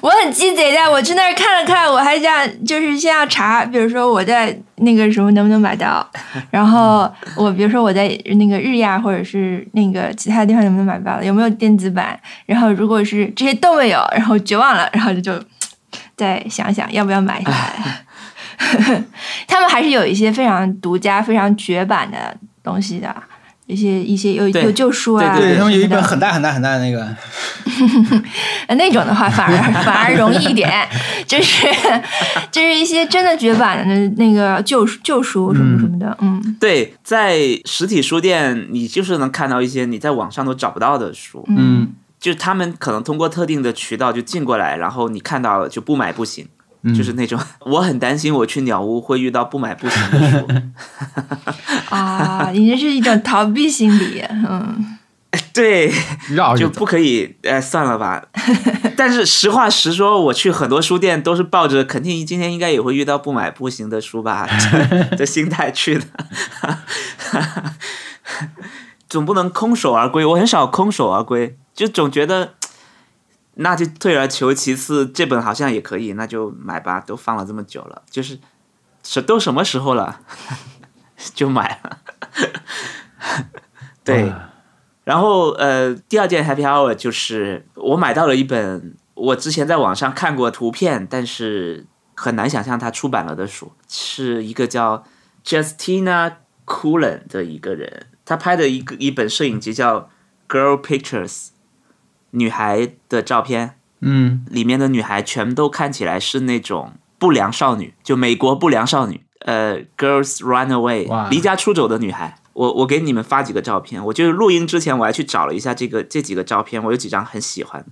[SPEAKER 3] 我很鸡贼的，我去那儿看了看，我还想就是先要查，比如说我在那个什么能不能 买到，然后我比如说我在那个日亚或者是那个其他地方能不能买到，有没有电子版，然后如果是这些都没有，然后绝望了，然后就再想想要不要买下来。 他们还是有一些非常独家、非常绝版的东西的，一些一些有
[SPEAKER 2] 对
[SPEAKER 3] 有旧书啊，
[SPEAKER 2] 对
[SPEAKER 1] 对他们有一本
[SPEAKER 3] 什么的
[SPEAKER 1] 很大很大很大的那个，
[SPEAKER 3] 呃那种的话反而反而容易一点，就是就是一些真的绝版的那那个旧书旧书什么什么的， 嗯
[SPEAKER 2] 对，在实体书店，你就是能看到一些你在网上都找不到的书，
[SPEAKER 1] 嗯
[SPEAKER 2] 就是他们可能通过特定的渠道就进过来，然后你看到了就不买不行，
[SPEAKER 1] 嗯，
[SPEAKER 2] 就是那种。 我很担心我去鸟屋会遇到不买不行的书。
[SPEAKER 3] 啊，已经是一种逃避心理，嗯
[SPEAKER 2] 对，
[SPEAKER 1] 嗯绕
[SPEAKER 2] 就
[SPEAKER 1] 着
[SPEAKER 2] 不
[SPEAKER 1] 走。啊
[SPEAKER 2] 可以，哎，算了吧。但是实话实说，我去很多书店都是抱着肯定今天应该也会遇到不买不行的书吧这这心态去的， 总不能空手而归。我很少空手而归，就总觉得那就退而求其次，这本好像也可以，那就买吧。都放了这么久了，就是什都什么时候了， 就买了。 对。
[SPEAKER 1] 啊
[SPEAKER 2] 然后呃，第二件 Happy Hour 就是我买到了一本我之前在网上看过图片，但是很难想象它出版了的书，是一个叫 Justina Cullen 的一个人，他拍的一个一本摄影集叫《Girl Pictures》，女孩的照片，
[SPEAKER 1] 嗯
[SPEAKER 2] 里面的女孩全都看起来是那种不良少女，就美国不良少女，呃，girls runaway，
[SPEAKER 1] 哇
[SPEAKER 2] 离家出走的女孩。我我给你们发几个照片，我就是录音之前我还去找了一下这个这几个照片，我有几张很喜欢的，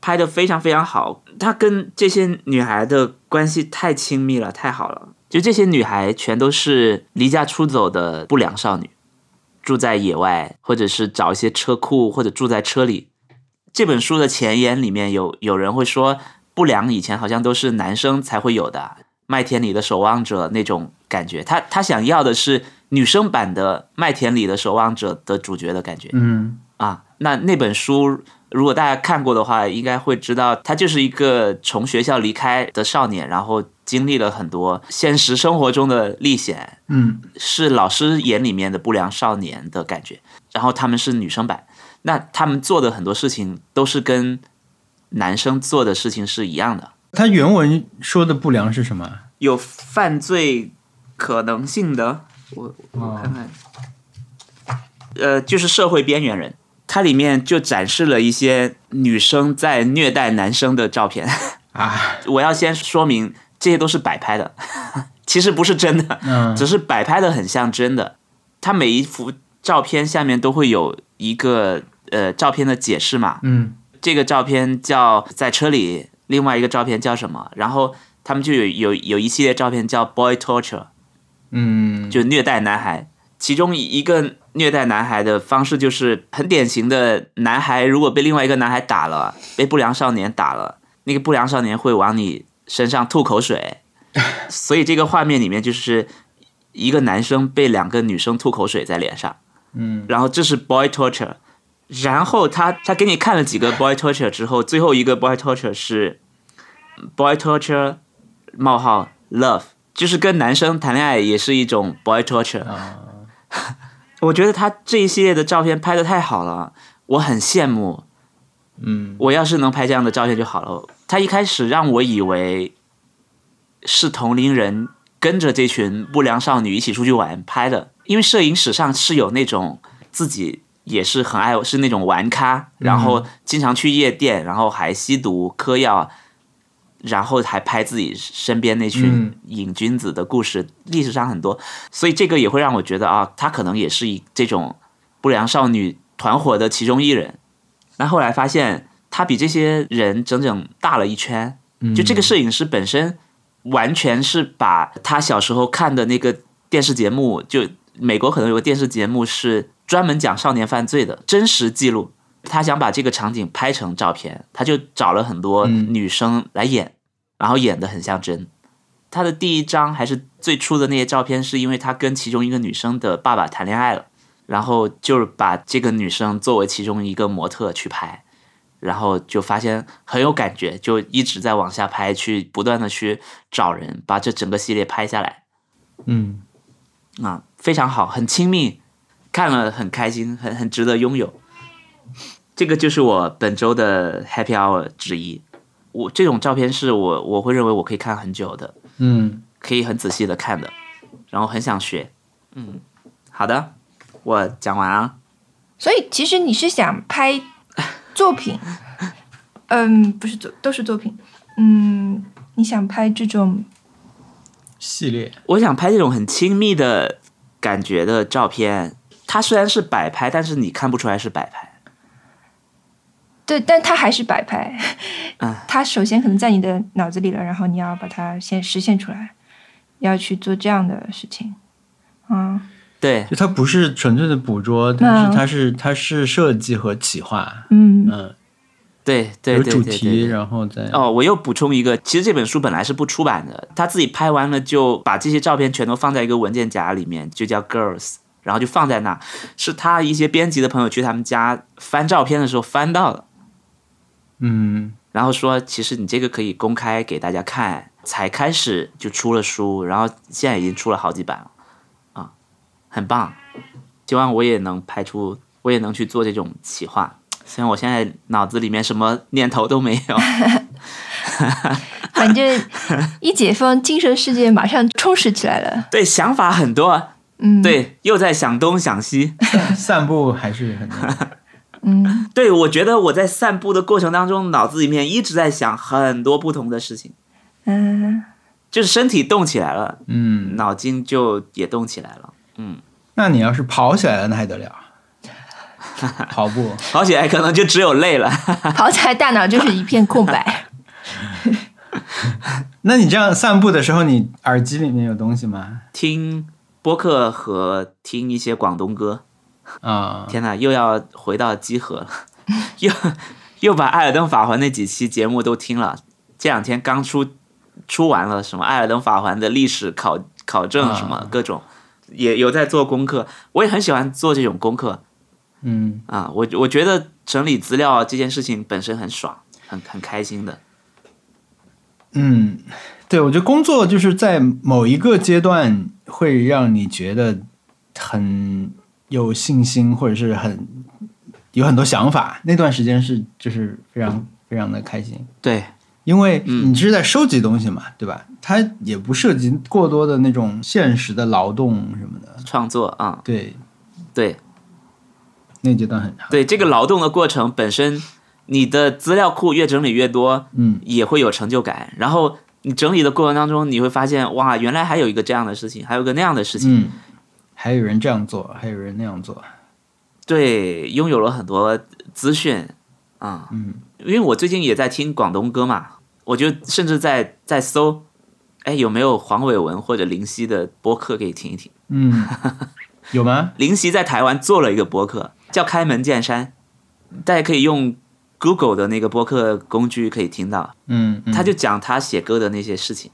[SPEAKER 2] 拍的非常非常好。她跟这些女孩的关系太亲密了，太好了。就这些女孩全都是离家出走的不良少女，住在野外，或者是找一些车库，或者住在车里，这本书的前言里面有有人会说，不良以前好像都是男生才会有的，麦田里的守望者那种感觉。他他想要的是女生版的麦田里的守望者的主角的感觉
[SPEAKER 1] 嗯
[SPEAKER 2] 啊。那那本书如果大家看过的话，应该会知道，他就是一个从学校离开的少年，然后经历了很多现实生活中的历险，
[SPEAKER 1] 嗯
[SPEAKER 2] 是老师眼里面的不良少年的感觉，然后他们是女生版，那他们做的很多事情都是跟男生做的事情是一样的，
[SPEAKER 1] 他原文说的不良是什么？
[SPEAKER 2] 有犯罪可能性的，我我看看，呃，就是社会边缘人，它里面就展示了一些女生在虐待男生的照片，
[SPEAKER 1] 啊，
[SPEAKER 2] 我要先说明这些都是摆拍的， 其实不是真的，
[SPEAKER 1] 嗯
[SPEAKER 2] 只是摆拍的很像真的。它每一幅照片下面都会有一个呃照片的解释嘛，
[SPEAKER 1] 嗯
[SPEAKER 2] 这个照片叫在车里，另外一个照片叫什么，然后他们就有有有一系列照片叫 boy torture，
[SPEAKER 1] 嗯，
[SPEAKER 2] 就虐待男孩。其中一个虐待男孩的方式就是很典型的，男孩如果被另外一个男孩打了，被不良少年打了，那个不良少年会往你身上吐 口水，所以这个画面里面就是一个男生被两个女生吐口水在脸上，
[SPEAKER 1] 嗯，
[SPEAKER 2] 然后这是 boy torture，然后他他给你看了几个 boy torture 之后，最后一个 boy torture 是 boy torture 冒号 love，就是跟男生谈恋爱也是一种 boy torture。
[SPEAKER 1] 啊，
[SPEAKER 2] 我觉得他这一系列的照片拍的太好了，我很羡慕。
[SPEAKER 1] 嗯
[SPEAKER 2] 我要是能拍这样的照片就好了。他一开始让我以为是同龄人跟着这群不良少女一起出去玩拍的，因为摄影史上是有那种自己也是很爱是那种玩咖，然后经常去夜店，然后还吸毒嗑药，然后还拍自己身边那群
[SPEAKER 1] 嗯
[SPEAKER 2] 瘾君子的故事，历史上很多，所以这个也会让我觉得啊，他可能也是一这种不良少女团伙的其中一人。那后来发现他比这些人整整大了一圈，
[SPEAKER 1] 嗯
[SPEAKER 2] 就这个摄影师本身完全是把他小时候看的那个电视节目，就美国可能有个电视节目是专门讲少年犯罪的真实记录。他想把这个场景拍成照片，他就找了很多
[SPEAKER 1] 嗯
[SPEAKER 2] 女生来演，然后演的很像真。他的第一张还是最初的那些照片，是因为他跟其中一个女生的爸爸谈恋爱了，
[SPEAKER 4] 然后就是把这个女生作为其中一个模特去拍，然后就发现很有感觉，就一直在往下拍，去不断的去找人，把这整个系列拍下来
[SPEAKER 1] 嗯，
[SPEAKER 4] 啊，非常好，很亲密，看了很开心，很很值得拥有。这个就是我本周的 Happy Hour 之一。我这种照片是我我会认为我可以看很久的，
[SPEAKER 1] 嗯，
[SPEAKER 4] 可以很仔细的看的，然后很想学。嗯，好的，我讲完啊。
[SPEAKER 3] 所以其实你是想拍作品，嗯，不是作都是作品，嗯，你想拍这种
[SPEAKER 1] 系列，
[SPEAKER 4] 我想拍这种很亲密的感觉的照片。它虽然是摆拍，但是你看不出来是摆拍。
[SPEAKER 3] 对，但它还是摆拍
[SPEAKER 4] 嗯。
[SPEAKER 3] 它首先可能在你的脑子里了，然后你要把它先实现出来，要去做这样的事情。嗯，
[SPEAKER 4] 对，
[SPEAKER 1] 就它不是纯粹的捕捉，但是它是它是设计和企划，
[SPEAKER 3] 嗯
[SPEAKER 1] 嗯，
[SPEAKER 4] 对，对，
[SPEAKER 1] 有
[SPEAKER 4] 对，
[SPEAKER 1] 主
[SPEAKER 4] 对，
[SPEAKER 1] 题，
[SPEAKER 4] 对。对
[SPEAKER 1] 然后再
[SPEAKER 4] 哦，我又补充一个，其实这本书本来是不出版的，他自己拍完了就把这些照片全都放在一个文件夹里面，就叫 Girls，然后就放在那。是他一些编辑的朋友去他们家翻照片的时候翻到了，
[SPEAKER 1] 嗯
[SPEAKER 4] 然后说其实你这个可以公开给大家看，才开始就出了书，然后现在已经出了好几版了，啊，很棒，希望我也能拍出，我也能去做这种企划，虽然我现在脑子里面什么念头都没有，
[SPEAKER 3] 反正一解封，精神世界马上充实起来了。
[SPEAKER 4] 对，想法很多，
[SPEAKER 3] 嗯，，
[SPEAKER 4] 对，又在想东想西，
[SPEAKER 1] 散步还是很
[SPEAKER 3] 嗯，
[SPEAKER 4] 对我觉得我在散步的过程当中，脑子里面一直在想很多不同的事情，
[SPEAKER 3] 嗯，
[SPEAKER 4] 就是身体动起来了，
[SPEAKER 1] 嗯，
[SPEAKER 4] 脑筋就也动起来了，
[SPEAKER 1] 那你要是跑起来了，那还得 了？跑步，
[SPEAKER 4] 跑起来可能就只有累了。
[SPEAKER 3] 跑起来大脑就是一片空白。
[SPEAKER 1] 那你这样散步的时候，你耳机里面有东西吗？
[SPEAKER 4] 听播客和听一些广东歌。
[SPEAKER 1] 啊、
[SPEAKER 4] 天呐，又要回到集合了， 又又把《艾尔登法环》那几期节目都听了。这两天刚出出完了什么《艾尔登法环》的历史考考证什么
[SPEAKER 1] 啊
[SPEAKER 4] 各种，也有在做功课。我也很喜欢做这种功课
[SPEAKER 1] 嗯，
[SPEAKER 4] 啊，我我觉得整理资料这件事情本身很爽，很很开心的。
[SPEAKER 1] 嗯，对，我觉得工作就是在某一个阶段会让你觉得很有信心，或者是很有很多想法。那段时间是就是非常非常的开心，
[SPEAKER 4] 对，
[SPEAKER 1] 因为
[SPEAKER 4] 嗯
[SPEAKER 1] 你是在收集东西嘛，对吧？它也不涉及过多的那种现实的劳动什么的。
[SPEAKER 4] 创作啊、
[SPEAKER 1] 对，
[SPEAKER 4] 对，
[SPEAKER 1] 那阶段很长。
[SPEAKER 4] 对这个劳动的过程本身，你的资料库越整理越多，
[SPEAKER 1] 嗯，
[SPEAKER 4] 也会有成就感。然后你整理的过程当中，你会发现，哇，原来还有一个这样的事情，还有个那样的事情。
[SPEAKER 1] 嗯，还有人这样做，还有人那样做。
[SPEAKER 4] 对，拥有了很多资讯啊。
[SPEAKER 1] 嗯，
[SPEAKER 4] 因为我最近也在听广东歌嘛，我就甚至在在搜，哎，有没有黄伟文或者林夕的播客可以听一听？
[SPEAKER 1] 嗯，有吗？
[SPEAKER 4] 林夕在台湾做了一个播客，叫《开门见山》，大家可以用 Google 的那个播客工具可以听到。
[SPEAKER 1] 嗯，嗯
[SPEAKER 4] 他就讲他写歌的那些事情，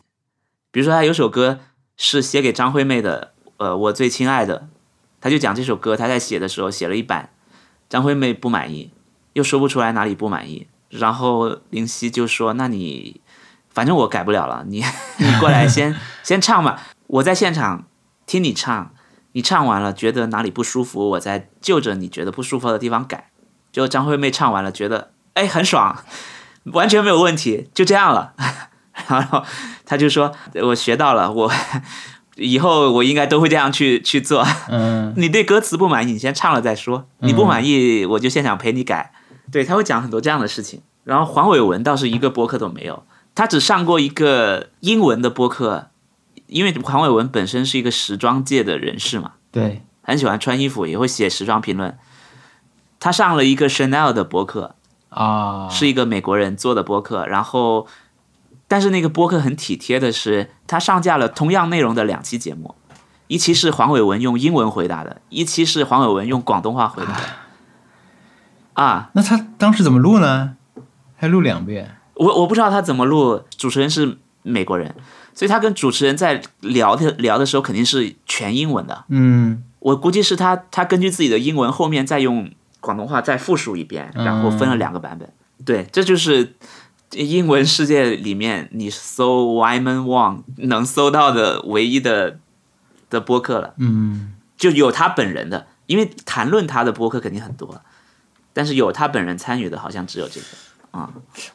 [SPEAKER 4] 比如说他有首歌是写给张惠妹的，呃，我最亲爱的，他就讲这首歌他在写的时候写了一版，张惠妹不满意，又说不出来哪里不满意，然后林夕就说：“那你反正我改不了了，你 你过来先 先唱吧，我在现场听你唱，你唱完了觉得哪里不舒服，我再就着你觉得不舒服的地方改。”就张惠妹唱完了，觉得哎很爽，完全没有问题，就这样了。 然后他就说：“我学到了，我 以后我应该都会这样去去做。
[SPEAKER 1] 嗯。
[SPEAKER 4] 你对歌词不满意，你先唱了再说；你不满意，我就现场陪你改。对他会讲很多这样的事情。然后黄伟文倒是一个播客都没有，他只上过一个英文的播客，因为黄伟文本身是一个时装界的人士嘛，
[SPEAKER 1] 对，
[SPEAKER 4] 很喜欢穿衣服，也会写时装评论。他上了一个 Chanel 的播客，
[SPEAKER 1] 啊，
[SPEAKER 4] 是一个美国人做的播客，然后，但是那个播客很体贴的是，他上架了同样内容的两期节目，一期是黄伟文用英文回答的，一期是黄伟文用广东话回答的。啊，
[SPEAKER 1] 那他当时怎么录呢？还录两遍，
[SPEAKER 4] 我我不知道他怎么录，主持人是美国人，所以他跟主持人在聊的聊的时候肯定是全英文的。
[SPEAKER 1] 嗯
[SPEAKER 4] 我估计是他他根据自己的英文后面再用广东话再复述一遍，
[SPEAKER 1] 嗯
[SPEAKER 4] 然后分了两个版本。对，这就是英文世界里面你搜 Wyman Wong 能搜到的唯一的的播客了，
[SPEAKER 1] 嗯，
[SPEAKER 4] 就有他本人的，因为谈论他的播客肯定很多，但是有他本人参与的好像只有这个。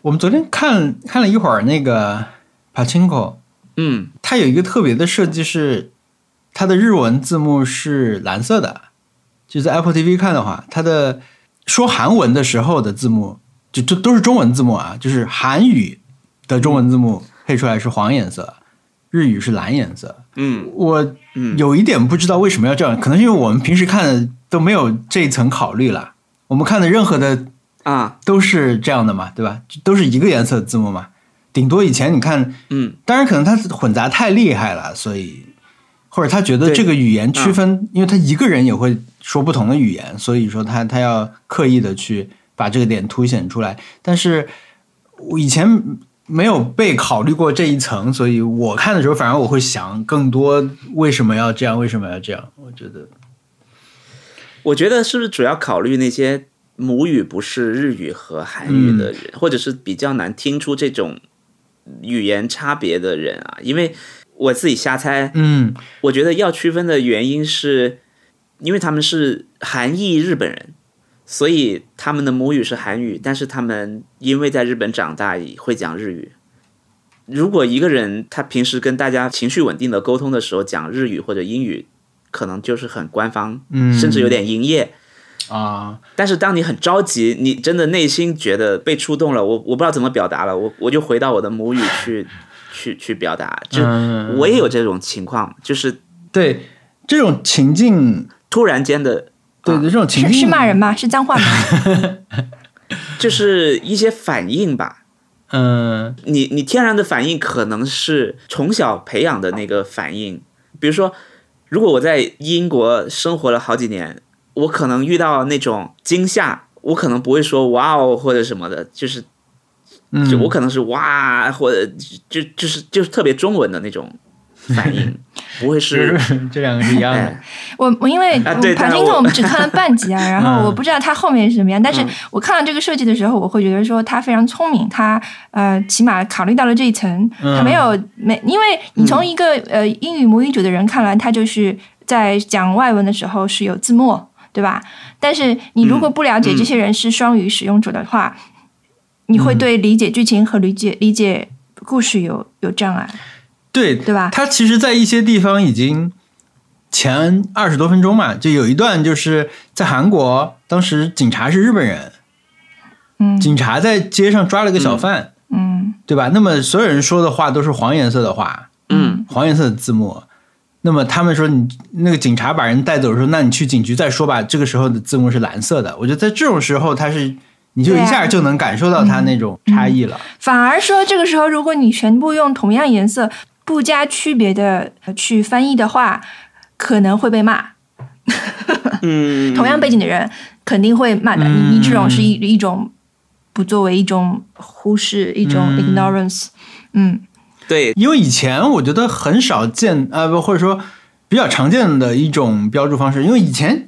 [SPEAKER 1] 我们昨天看看了一会儿那个 Pachinko，
[SPEAKER 4] 嗯，
[SPEAKER 1] 它有一个特别的设计是，它的日文字幕是蓝色的，就在 Apple TV 看的话，它的说韩文的时候的字幕就这都是中文字幕啊，就是韩语的中文字幕配出来是黄颜色，日语是蓝颜色。
[SPEAKER 4] 嗯
[SPEAKER 1] 我
[SPEAKER 4] 嗯
[SPEAKER 1] 有一点不知道为什么要这样，可能是因为我们平时看的都没有这一层考虑了，我们看的任何的
[SPEAKER 4] 啊
[SPEAKER 1] 都是这样的嘛，对吧？都是一个颜色的字幕嘛，顶多以前你看，
[SPEAKER 4] 嗯
[SPEAKER 1] 当然可能它混杂太厉害了，所以或者他觉得
[SPEAKER 4] 对嗯
[SPEAKER 1] 这个语言区分，因为他一个人也会说不同的语言，所以说他他要刻意的去把这个点凸显出来。但是我以前没有被考虑过这一层，所以我看的时候，反而我会想更多为什么要这样，为什么要这样？我觉得
[SPEAKER 4] 我觉得是不是主要考虑那些母语不是日语和韩
[SPEAKER 2] 嗯
[SPEAKER 4] 语的人，或者是比较难听出这种语言差别的人啊？因为我自己瞎猜，
[SPEAKER 1] 嗯
[SPEAKER 4] 我觉得要区分的原因是，因为他们是韩裔日本人，所以他们的母语是韩语，但是他们因为在日本长大，会讲日语。如果一个人他平时跟大家情绪稳定的沟通的时候讲日语或者英语，可能就是很官方，
[SPEAKER 1] 嗯
[SPEAKER 4] 甚至有点营业。
[SPEAKER 1] 啊，
[SPEAKER 4] 但是当你很着急，你真的内心觉得被触动了，我我不知道怎么表达了，我我就回到我的母语去去去表达。就
[SPEAKER 1] 嗯
[SPEAKER 4] 我也有这种情况，就是
[SPEAKER 1] 对这种情境，
[SPEAKER 4] 突然间的，
[SPEAKER 1] 对
[SPEAKER 4] 啊
[SPEAKER 1] 对这种情
[SPEAKER 3] 是
[SPEAKER 1] 境
[SPEAKER 3] 是骂人吗？是脏话吗？
[SPEAKER 4] 就是一些反应吧。
[SPEAKER 1] 嗯
[SPEAKER 4] 你你天然的反应可能是从小培养的那个反应，比如说，如果我在英国生活了好几年，我可能遇到那种惊吓，我可能不会说哇哦或者什么的，就是
[SPEAKER 1] 嗯，
[SPEAKER 4] 就我可能是哇，或者就就是就是特别中文的那种反应，不会 是
[SPEAKER 1] 是这两个是一样的
[SPEAKER 4] 哎，
[SPEAKER 3] 我我因为嗯
[SPEAKER 4] 啊对当
[SPEAKER 3] 帕
[SPEAKER 4] 然
[SPEAKER 3] 金克
[SPEAKER 4] 我
[SPEAKER 3] 我们只看了半 集啊，然后我不知道他后面是什么样，但是
[SPEAKER 4] 嗯
[SPEAKER 3] 我看到这个设计的时候，我会觉得说他非常聪明，他呃起码考虑到了这一层，
[SPEAKER 1] 嗯
[SPEAKER 3] 他没有没，因为
[SPEAKER 4] 嗯
[SPEAKER 3] 你从一个呃英语母语者的人看来，他就是在讲外文的时候是有字幕，对吧？但是你如果
[SPEAKER 4] 嗯
[SPEAKER 3] 不了解这些人是双语使用者的话，你
[SPEAKER 4] 嗯
[SPEAKER 3] 会对理解剧情和理解理解故事有有障碍，
[SPEAKER 1] 对
[SPEAKER 3] 对吧
[SPEAKER 1] 它其实，在一些地方已经前二十多分钟嘛，就有一段就是在韩国，当时警察是日本人，
[SPEAKER 3] 嗯
[SPEAKER 1] 警察在街上抓了个小贩，
[SPEAKER 3] 嗯
[SPEAKER 1] 对吧？那么所有人说的话都是黄颜色的话，
[SPEAKER 4] 嗯
[SPEAKER 1] 黄颜色的字幕。那么他们说你那个警察把人带走说，那你去警局再说吧。这个时候的字幕是蓝色的，我觉得在这种时候，它是你就
[SPEAKER 3] 对
[SPEAKER 1] 一
[SPEAKER 3] 啊
[SPEAKER 1] 下就能感受到它那种差异了。
[SPEAKER 3] 反而说，这个时候如果你全部用同样颜色、不加区别的呃去翻译的话，可能会被 骂。
[SPEAKER 4] 嗯
[SPEAKER 3] 同样背景的人肯定会骂的。
[SPEAKER 1] 嗯
[SPEAKER 3] 你你这种是一一种不作为，一种忽视，一种 ignorance。嗯
[SPEAKER 4] 对
[SPEAKER 1] 因为以前我觉得很少见，呃，不，或者说比较常见的一种标注方式，因为以前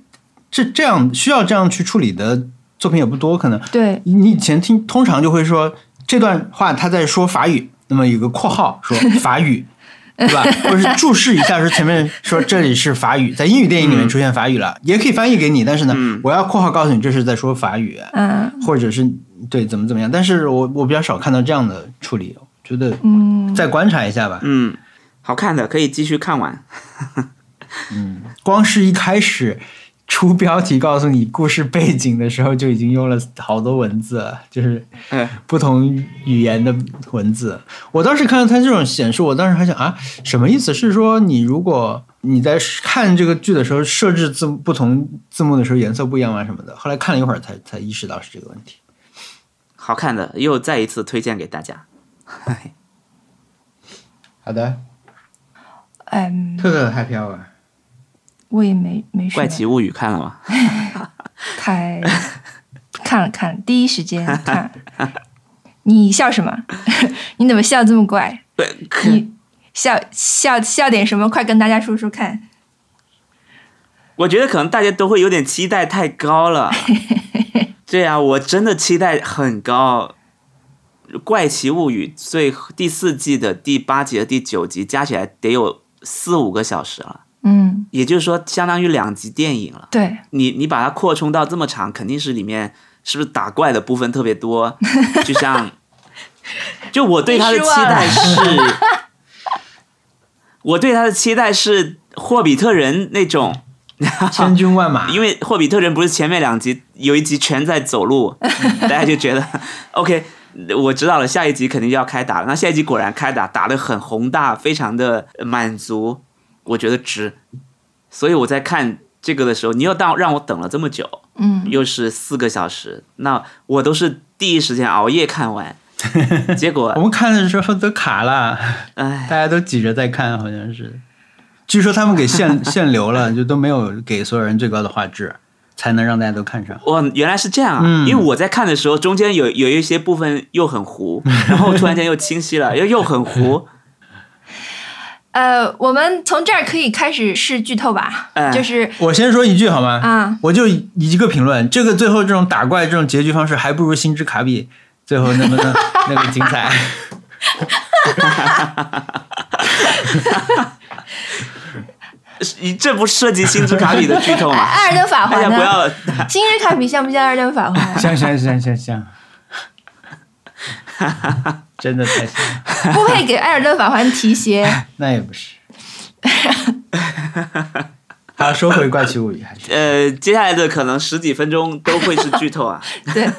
[SPEAKER 1] 这这样需要这样去处理的作品也不多，可能
[SPEAKER 3] 对，
[SPEAKER 1] 你以前听通常就会说这段话他在说法语，那么有个括号说法 语，对吧？或者是注释一下说前面说这里是法语，在英语电影里面出现法语
[SPEAKER 3] 嗯
[SPEAKER 1] 了，也可以翻译给你，但是呢，我要括号告诉你这是在说法语，
[SPEAKER 3] 嗯
[SPEAKER 1] 或者是对怎么怎么样，但是我我比较少看到这样的处理，我觉得
[SPEAKER 3] 嗯，
[SPEAKER 1] 再观察一下吧。
[SPEAKER 4] 嗯，好看的可以继续看完。
[SPEAKER 1] 光是一开始出标题告诉你故事背景的时候，就已经用了好多文字了，就是
[SPEAKER 4] 嗯
[SPEAKER 1] 不同语言的文字。我当时看到他这种显示，我当时还想啊，什么意思？是说你如果你在看这个剧的时候设置字幕不同字幕的时候颜色不一样啊什么的。后来看了一会儿才才意识到是这个问题。
[SPEAKER 4] 好看的又再一次推荐给大家。哎
[SPEAKER 1] 好的，
[SPEAKER 3] 嗯，
[SPEAKER 1] 特特太飘了。
[SPEAKER 3] 我也没没什
[SPEAKER 4] 怪
[SPEAKER 3] 么
[SPEAKER 4] 奇物语看了吗？
[SPEAKER 3] 太看了看，第一时间 看。你笑什么？ 你怎么笑这么怪？
[SPEAKER 4] 对，
[SPEAKER 3] 你笑笑笑点什么？快跟大家说说看。
[SPEAKER 4] 我觉得可能大家都会有点期待太高了。 对啊，我真的期待很高，《怪奇物语》最第四季的第八集和第九集加起来得有四五个小时了，
[SPEAKER 3] 嗯，
[SPEAKER 4] 也就是说相当于两集电影了。
[SPEAKER 3] 对，
[SPEAKER 4] 你你把它扩充到这么长，肯定是里面是不是打怪的部分特别多？就像，就我对它的期待是，我对它的期待是霍比特人那种，
[SPEAKER 1] 千军万 马，
[SPEAKER 4] 因为霍比特人不是前面两集有一集全在走路，大家就觉得 OK，我知道了，下一集肯定就要开打了。那下一集果然开打，打得很宏大，非常的满足，我觉得值。所以我在看这个的时候，你又当让我等了这么久，
[SPEAKER 3] 嗯，
[SPEAKER 4] 又是四个小时，那我都是第一时间熬夜看完，结
[SPEAKER 1] 我
[SPEAKER 4] 果
[SPEAKER 1] 们看的时候都卡了，大
[SPEAKER 4] 哎，
[SPEAKER 1] 家都挤着在看，好像是。据说他们给限限流了，就都没有给所有人最高的画质，才能让大家都看上。
[SPEAKER 4] 哇，原来是这样啊！
[SPEAKER 1] 嗯
[SPEAKER 4] 因为我在看的时候，中间有有一些部分又很糊，然后突然间又清晰了，又又很糊，
[SPEAKER 3] 呃，我们从这儿可以开始试剧透吧，
[SPEAKER 4] 哎
[SPEAKER 3] 就是
[SPEAKER 1] 我先说一句好吗？
[SPEAKER 3] 啊，
[SPEAKER 1] 我就一个评论，这个最后这种打怪这种结局方式，还不如《星之卡比》最后那么那那个精彩。？
[SPEAKER 4] 你这不涉及星之卡比的剧透
[SPEAKER 3] 艾
[SPEAKER 4] 吗？
[SPEAKER 3] 艾尔登法
[SPEAKER 4] 大
[SPEAKER 3] 环
[SPEAKER 4] 家
[SPEAKER 3] 呢
[SPEAKER 4] 哎不？要，
[SPEAKER 3] 今日卡比像不像艾尔登法环
[SPEAKER 1] 香香香香香，真的太香了，
[SPEAKER 3] 不配给艾尔登法环提鞋。
[SPEAKER 1] 那也不是。好，说回《怪奇物语》还是
[SPEAKER 4] 呃，接下来的可能十几分钟都会是剧 透啊。
[SPEAKER 3] 对，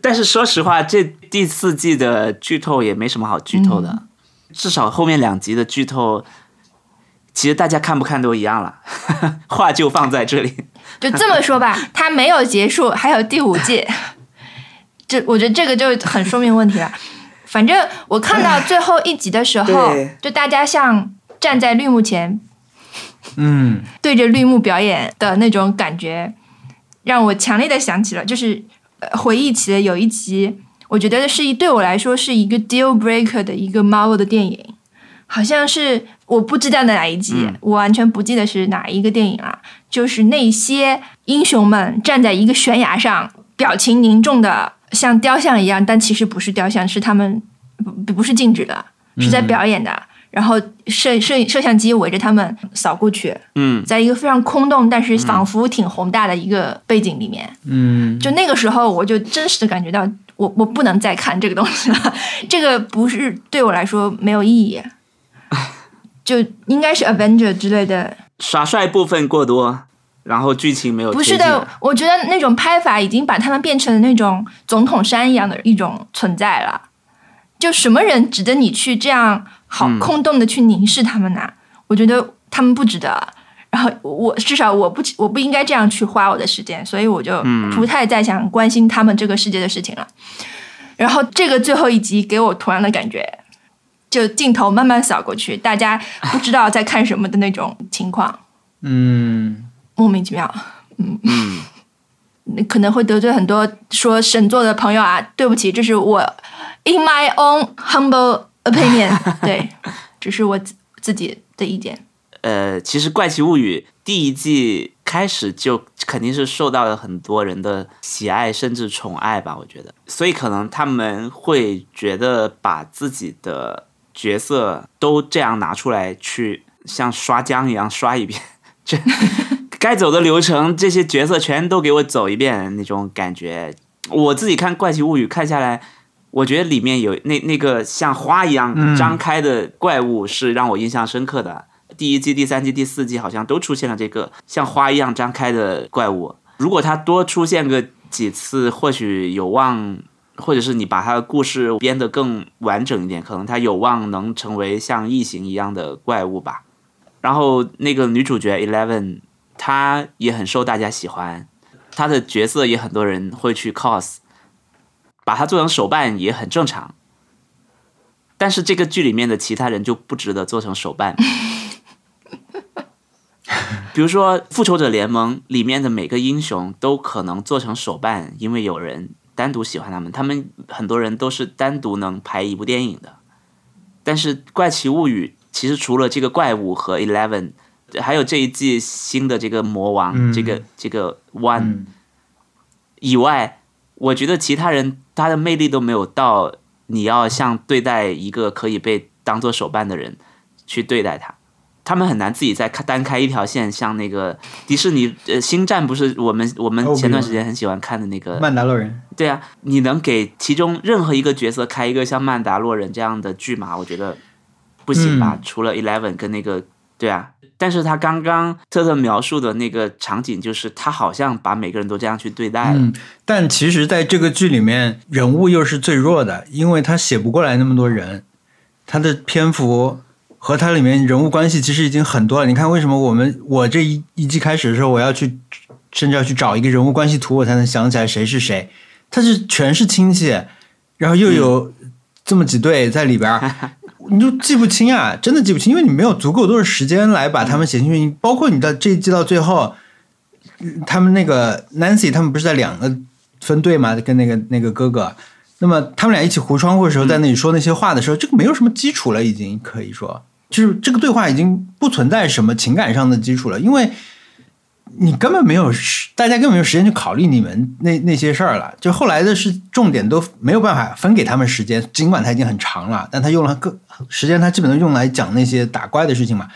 [SPEAKER 4] 但是说实话，这第四季的剧透也没什么好剧透的，
[SPEAKER 3] 嗯
[SPEAKER 4] 至少后面两集的剧透，其实大家看不看都一样了。 话就放在这里，
[SPEAKER 3] 就这么说吧，它没有结束，还有第五季。这我觉得这个就很说明问题了。反正我看到最后一集的时候
[SPEAKER 4] 对，
[SPEAKER 3] 就大家像站在绿幕前
[SPEAKER 1] 嗯，
[SPEAKER 3] 对着绿幕表演的那种感觉，让我强烈的想起了，就是呃回忆起了有一集，我觉得是一对我来说是一个 deal breaker 的一个 Marvel 的电影，好像是我不知道哪一集，我完全不记得是哪一个电影了、就是那些英雄们站在一个悬崖上，表情凝重的像雕像一样，但其实不是雕像，是他们不不是静止的，是在表演的。然后摄摄摄像机围着他们扫过去，
[SPEAKER 4] 嗯，
[SPEAKER 3] 在一个非常空洞，但是仿佛挺宏大的一个背景里面，
[SPEAKER 1] 嗯，
[SPEAKER 3] 就那个时候，我就真实的感觉到我，我不能再看这个东西了， 这个不是对我来说没有意义，就应该是 Avenger 之类的，
[SPEAKER 4] 耍帅部分过多，然后剧情没有
[SPEAKER 3] 不是
[SPEAKER 4] 推进
[SPEAKER 3] 的，我觉得那种拍法已经把他们变成那种总统山一样的一种存在了，就什么人值得你去这样好
[SPEAKER 4] 嗯
[SPEAKER 3] 空洞的去凝视他们呢、我觉得他们不值得。然后我至少我不我不应该这样去花我的时间，所以我就
[SPEAKER 4] 嗯
[SPEAKER 3] 不太再想关心他们这个世界的事情了。然后这个最后一集给我同样的感觉，就镜头慢慢扫过去，大家不知道在看什么的那种情况，
[SPEAKER 1] 嗯，
[SPEAKER 3] 莫名其妙。
[SPEAKER 4] 嗯，
[SPEAKER 3] 可能会得罪很多说神作的朋友啊，对不起，这是我 in my own humble opinion，对，只是我自自己的意见。
[SPEAKER 4] 呃，其实《怪奇物语》第一季开始就肯定是受到了很多人的喜爱，甚至宠爱吧，我觉得。所以可能他们会觉得把自己的角色都这样拿出来去像刷浆一样刷一遍，这该走的流程，这些角色全都给我走一遍那种感觉。我自己看《怪奇物语》看下来。我觉得里面有那那个像花一样
[SPEAKER 1] 嗯
[SPEAKER 4] 张开的怪物是让我印象深刻的，第一季、第三季、第四季好像都出现了这个像花一样张开的怪物。如果它多出现个几次，或许有望，或者是你把它的故事编得更完整一点，可能它有望能成为像异形一样的怪物吧。然后那个女主角 Eleven，她也很受大家喜欢，她的角色也很多人会去 cos，把她做成手办也很正常。但是这个剧里面的其他人就不值得做成手办，比如说《复仇者联盟》里面的每个英雄都可能做成手办，因为有人单独喜欢他们，他们很多人都是单独能拍一部电影的。但是《怪奇物语》其实除了这个怪物和 Eleven，还有这一季新的这个魔王，
[SPEAKER 1] 嗯
[SPEAKER 4] 这个这个 One、
[SPEAKER 1] 嗯，
[SPEAKER 4] 以外，我觉得其他人他的魅力都没有到你要像对待一个可以被当做手办的人去对待他。他们很难自己再开单开一条线，像那个迪士尼呃《星战》不是我们我们
[SPEAKER 1] 哦
[SPEAKER 4] 前段
[SPEAKER 1] 比如
[SPEAKER 4] 时间很喜欢看的那个
[SPEAKER 1] 曼达洛人，
[SPEAKER 4] 对啊，你能给其中任何一个角色开一个像曼达洛人这样的剧吗？我觉得不行吧，
[SPEAKER 1] 嗯
[SPEAKER 4] 除了 Eleven 跟那个对啊，但是他刚刚特特描述的那个场景，就是他好像把每个人都这样去对待了，
[SPEAKER 1] 嗯，但其实在这个剧里面，人物又是最弱的，因为他写不过来那么多人，他的篇幅和他里面人物关系其实已经很多了。你看，为什么我们我这一一季开始的时候，我要去甚至要去找一个人物关系图，我才能想起来谁是谁？他是全是亲戚，然后又有这么几对在里边儿。 你就记不清啊，真的记不清，因为你没有足够多的时间来把他们写进去。你包括你到这一季到最后，嗯他们那个 Nancy 他们不是在两个分队嘛，跟那个那个哥哥，那么他们俩一起糊窗户的时候，在那里说那些话的时候，这个没有什么基础了，已经可以说，就是这个对话已经不存在什么情感上的基础了，因为你根本没有时，大家根本没有时间去考虑你们那那些事儿了。就后来的是重点都没有办法分给他们时间，尽管他已经很长了，但他用了个时间，他基本都用来讲那些打怪的事情嘛。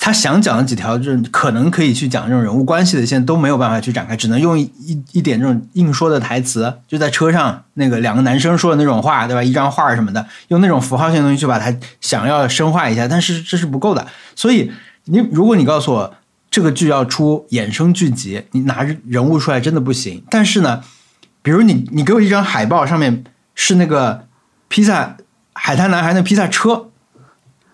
[SPEAKER 1] 他想讲的几条，就是可能可以去讲这种人物关系的线，都没有办法去展开，只能用一一一点这种硬说的台词，就在车上那个两个男生说的那种话，对吧？一张画什么的，用那种符号性的东西去把它想要深化一下，但是这是不够的。所以你如果你告诉我这个剧要出衍生剧集，你拿人物出来真的不行。但是呢，比如你你给我一张海报，上面是那个披萨海滩男孩的披萨车，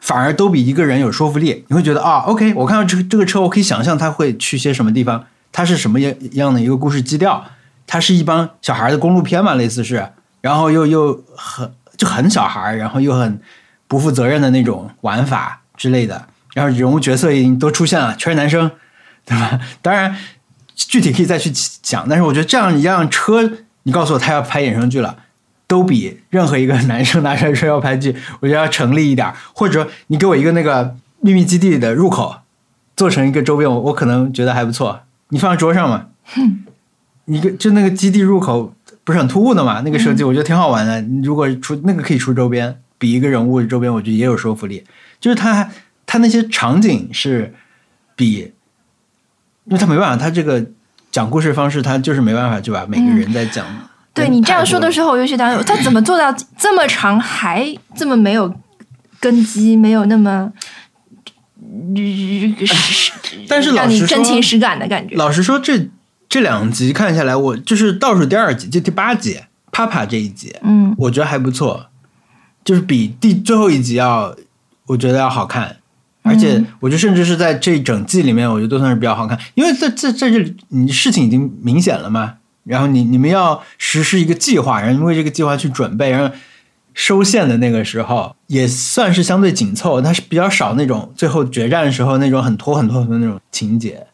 [SPEAKER 1] 反而都比一个人有说服力。你会觉得啊，OK，我看到这个这个车，我可以想象他会去些什么地方，它是什么样样的一个故事基调，它是一帮小孩的公路片嘛，类似是，然后又又很就很小孩，然后又很不负责任的那种玩法之类的，然后人物角色已经都出现了，全是男生，对吧？当然具体可以再去讲，但是我觉得这样一辆车，你告诉我他要拍衍生剧了。都比任何一个男生拿出来说要拍剧，我觉得要成立一点儿，或者你给我一个那个秘密基地的入口，做成一个周边，我我可能觉得还不错。你放桌上嘛， 一个就那个基地入口不是很突兀的嘛，那个设计我觉得挺好玩的。你如果出那个可以出周边，比一个人物周边，我觉得也有说服力。就是他他那些场景是比，
[SPEAKER 3] 嗯
[SPEAKER 1] 因为他没办法，他这个讲故事方式，他就是没办法去把每个人在讲。
[SPEAKER 3] 对你这样说的时候，我就觉得他怎么 做到这么长还这么没有根基，没有那么，
[SPEAKER 1] 但是老
[SPEAKER 3] 让
[SPEAKER 1] 实
[SPEAKER 3] 你
[SPEAKER 1] 说
[SPEAKER 3] 真情实感的感觉。
[SPEAKER 1] 老实说，这这两集看下来，我就是倒数第二集，就第八集帕帕这一集，
[SPEAKER 3] 嗯，
[SPEAKER 1] 我觉得还不错，就是比第最后一集要，我觉得要好看。而且我觉得，甚至是在这整季里面，我觉得都算是比较好看，因为在在在这里，你事情已经明显了嘛，然后你你们要实施一个计划，然后为这个计划去准备，然后收线的那个时候也算是相对紧凑，但是比较少那种最后决战的时候那种很拖很拖很拖的那种情节，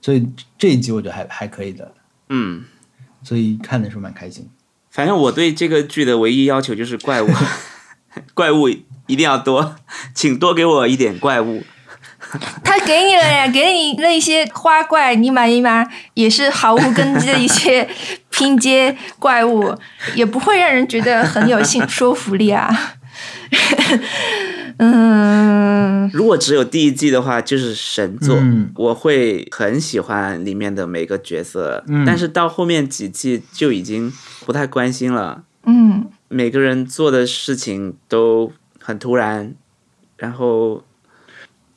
[SPEAKER 1] 所以这一集我觉得还还可以的，
[SPEAKER 4] 嗯
[SPEAKER 1] 所以看的时候蛮开心。
[SPEAKER 4] 反正我对这个剧的唯一要求就是怪物， 怪物一定要多，请多给我一点怪物。
[SPEAKER 3] 他给你了呀，给你那些花怪尼玛尼玛，也是毫无根基的一些拼接怪物，也不会让人觉得很有性说服力啊。 嗯，
[SPEAKER 4] 如果只有第一季的话，就是神作，
[SPEAKER 1] 嗯
[SPEAKER 4] 我会很喜欢里面的每个角色，
[SPEAKER 1] 嗯
[SPEAKER 4] 但是到后面几季就已经不太关心了，
[SPEAKER 3] 嗯，
[SPEAKER 4] 每个人做的事情都很突然，然后，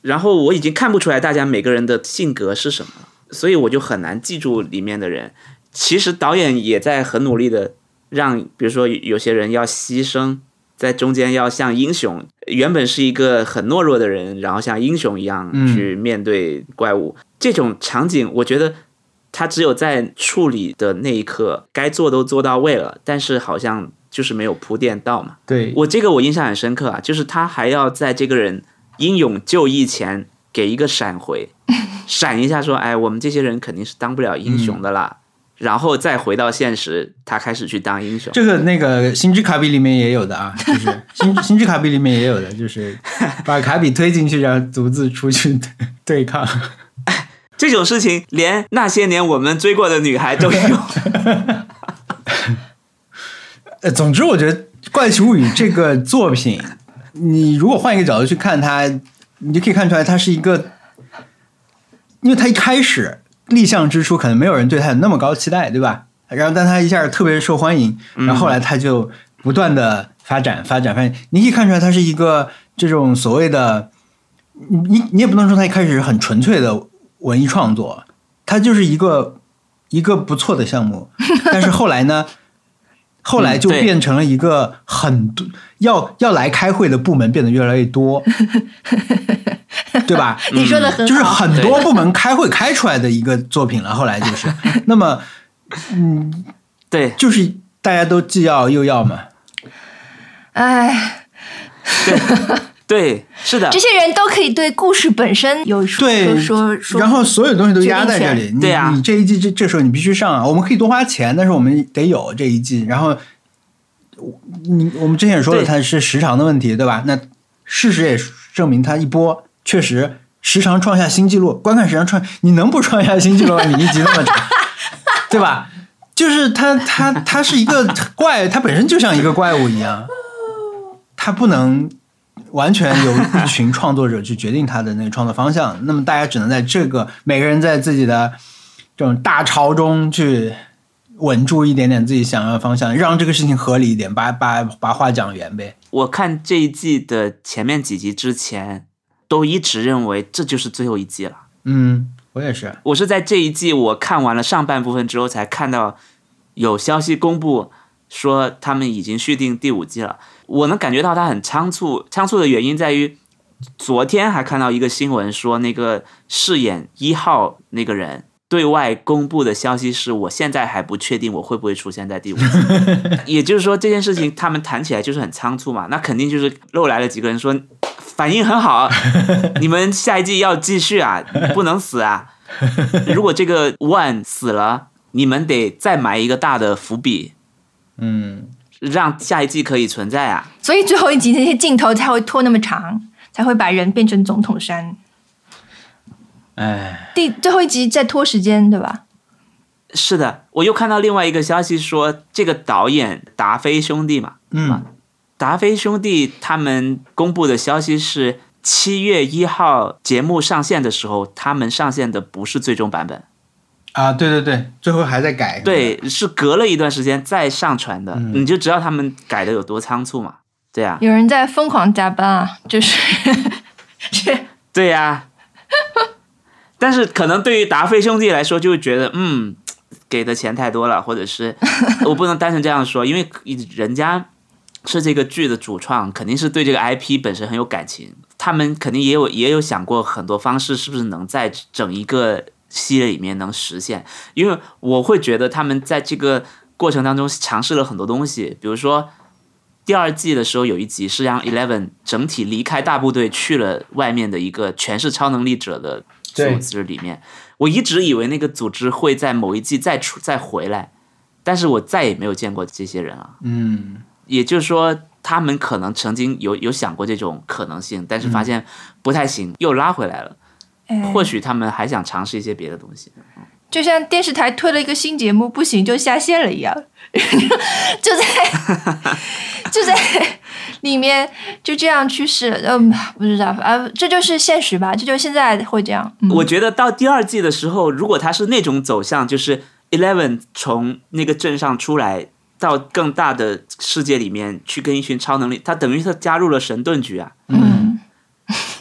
[SPEAKER 4] 然后我已经看不出来大家每个人的性格是什么了，所以我就很难记住里面的人。其实导演也在很努力的让，比如说有些人要牺牲，在中间要像英雄，原本是一个很懦弱的人，然后像英雄一样
[SPEAKER 1] 嗯
[SPEAKER 4] 去面对怪物。这种场景，我觉得他只有在处理的那一刻，该做都做到位了，但是好像就是没有铺垫到嘛。
[SPEAKER 1] 对，
[SPEAKER 4] 我这个我印象很深刻啊，就是他还要在这个人英勇就义前
[SPEAKER 3] 嗯
[SPEAKER 4] 给一个闪回，闪一下说，哎，我们这些人肯定是当不了英雄的啦。然后再回到现实，他开始去当英雄。
[SPEAKER 1] 这个那个《星之卡比》里面也有的 啊，就是《星星之卡比》里面也有的，就是把卡比推进去，然后独自出去对抗。
[SPEAKER 4] 这种事情，连那些年我们追过的女孩都 有。
[SPEAKER 1] 呃，总之，我觉得《怪奇物语》这个作品，你如果换一个角度去看它，你就可以看出来，它是一个，因为它一开始立项之初，可能没有人对它有那么高期待，对吧？然后，但它一下特别受欢迎，
[SPEAKER 4] 嗯
[SPEAKER 1] 然后后来它就不断的发展、发展、发展。你可以看出来，它是一个这种所谓的，你你你也不能说它一开始是很纯粹的文艺创作，它就是一个一个不错的项 目，但是后来呢？后来就
[SPEAKER 4] 嗯对
[SPEAKER 1] 变成了一个很多、要要来开会的部门变得越来越多，对吧？ 嗯
[SPEAKER 3] 你说的很好，
[SPEAKER 1] 就是很多部门开会开出来的一个作品了。后来就是，那么
[SPEAKER 4] 对
[SPEAKER 1] 就是大家都既要又要嘛，
[SPEAKER 3] 哎，
[SPEAKER 4] 对，是的
[SPEAKER 3] 这，些人都可以对故事本身有说
[SPEAKER 1] 对，
[SPEAKER 3] 说说，
[SPEAKER 1] 然后所有东西都压在这
[SPEAKER 3] 决
[SPEAKER 1] 里。你
[SPEAKER 4] 对啊
[SPEAKER 1] 你这一季这这时候你必须上啊！我们可以多花钱，但是我们得有这一季。然后，你我们之前也说了，
[SPEAKER 4] 对
[SPEAKER 1] 它是时长的问题，对吧？那事实也证明，它一波确实时长创下新纪录，观看时长创，你能不创下新纪录吗？你一集那么长，对吧？就是它它它是一个怪，它本身就像一个怪物一样，它不能完全由一群创作者去决定他的那个创作方向。 那么大家只能在这个每个人在自己的这种大潮中去稳住一点点自己想要的方向，让这个事情合理一点，把把把话讲圆呗。
[SPEAKER 4] 我看这一季的前面几集之前，都一直认为这就是最后一季了。
[SPEAKER 1] 嗯，我也是。
[SPEAKER 4] 我是在这一季我看完了上半部分之后，才看到有消息公布说他们已经续订第五季了。我能感觉到他很仓促，仓促的原因在于，昨天还看到一个新闻说，那个饰演一号那个人对外公布的消息是，我现在还不确定我会不会出现在第五季。也就是说，这件事情他们谈起来就是很仓促嘛，那肯定就是漏来了几个人说反应很好，你们下一季要继续啊，不能死啊。如果这个 One 死了，你们得再埋一个大的伏笔，
[SPEAKER 1] 嗯，
[SPEAKER 4] 让下一季可以存在啊。
[SPEAKER 3] 所以最后一集那些镜头才会拖那么长，才会把人变成总统山。
[SPEAKER 1] 哎，
[SPEAKER 3] 第最后一集在拖时间，对吧？
[SPEAKER 4] 是的，我又看到另外一个消息说，这个导演达菲兄弟嘛，
[SPEAKER 1] 嗯
[SPEAKER 4] 达菲兄弟他们公布的消息是，七月一号节目上线的时候，他们上线的不是最终版本，
[SPEAKER 1] 啊，对对对，最后还在改。，
[SPEAKER 4] 对，是隔了一段时间再上传的，你就知道他们改的有多仓促嘛。对啊，
[SPEAKER 3] 有人在疯狂加班啊，就是 是
[SPEAKER 4] 对呀、但是可能对于达菲兄弟来说，就会觉得嗯，给的钱太多了，或者是我不能单纯这样说，因为人家是这个剧的主创，肯定是对这个 IP 本身很有感情，他们肯定也有也有想过很多方式，是不是能在整一个系列里面能实现？因为我会觉得他们在这个过程当中尝试了很多东西，比如说。第二季的时候有一集是让 Eleven 整体离开大部队去了外面的一个全是超能力者的
[SPEAKER 1] 对
[SPEAKER 4] 组织里面。我一直以为那个组织会在某一季再出再回来，但是我再也没有见过这些人了。
[SPEAKER 1] 嗯，
[SPEAKER 4] 也就是说，他们可能曾经有有想过这种可能性，但是发现不太行，又拉回来了。
[SPEAKER 3] 哎
[SPEAKER 4] 或许他们还想尝试一些别的东西。
[SPEAKER 3] 就像电视台推了一个新节目不行就下线了一样， 就在 就在里面就这样去试，嗯，不知道啊，这就是现实吧，这就是现在会这样。嗯、
[SPEAKER 4] 我觉得到第二季的时候，如果他是那种走向，就是 Eleven 从那个镇上出来，到更大的世界里面去跟一群超能力，他等于他加入了神盾局啊。
[SPEAKER 3] 嗯，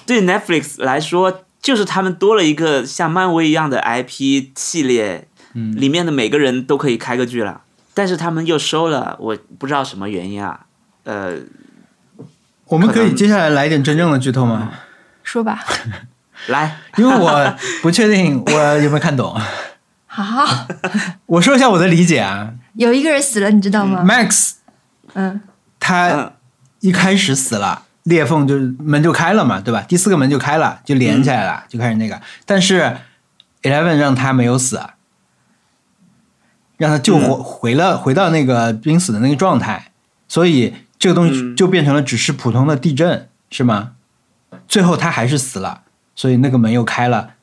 [SPEAKER 4] 对 Netflix 来说，就是他们多了一个像漫威一样的 IP 系列，里面的每个人都可以开个剧了。但是他们又收了，我不知道什么原因啊。呃，
[SPEAKER 1] 我们可
[SPEAKER 4] 可
[SPEAKER 1] 以
[SPEAKER 4] 能
[SPEAKER 1] 接下来来一点真正的剧透吗？
[SPEAKER 3] 说吧，
[SPEAKER 4] 来，
[SPEAKER 1] 因为我不确定我有没有看懂。
[SPEAKER 3] 好，
[SPEAKER 1] 我说一下我的理解啊
[SPEAKER 3] 有一个人死了，你知道吗？
[SPEAKER 1] ，Max
[SPEAKER 3] 嗯，
[SPEAKER 1] 他、
[SPEAKER 4] 嗯，
[SPEAKER 1] 一开始死了，裂缝就是门就开了嘛，对吧？第四个门就开了，就连起来了，就开始那个。但是 Eleven 让他没有死，让他救
[SPEAKER 4] 嗯
[SPEAKER 1] 活、回了回到那个濒死的那个状态，所以这个东西
[SPEAKER 4] 嗯
[SPEAKER 1] 就变成了只是普通的地震，是吗？最后他还是死了，所以那个门又开了，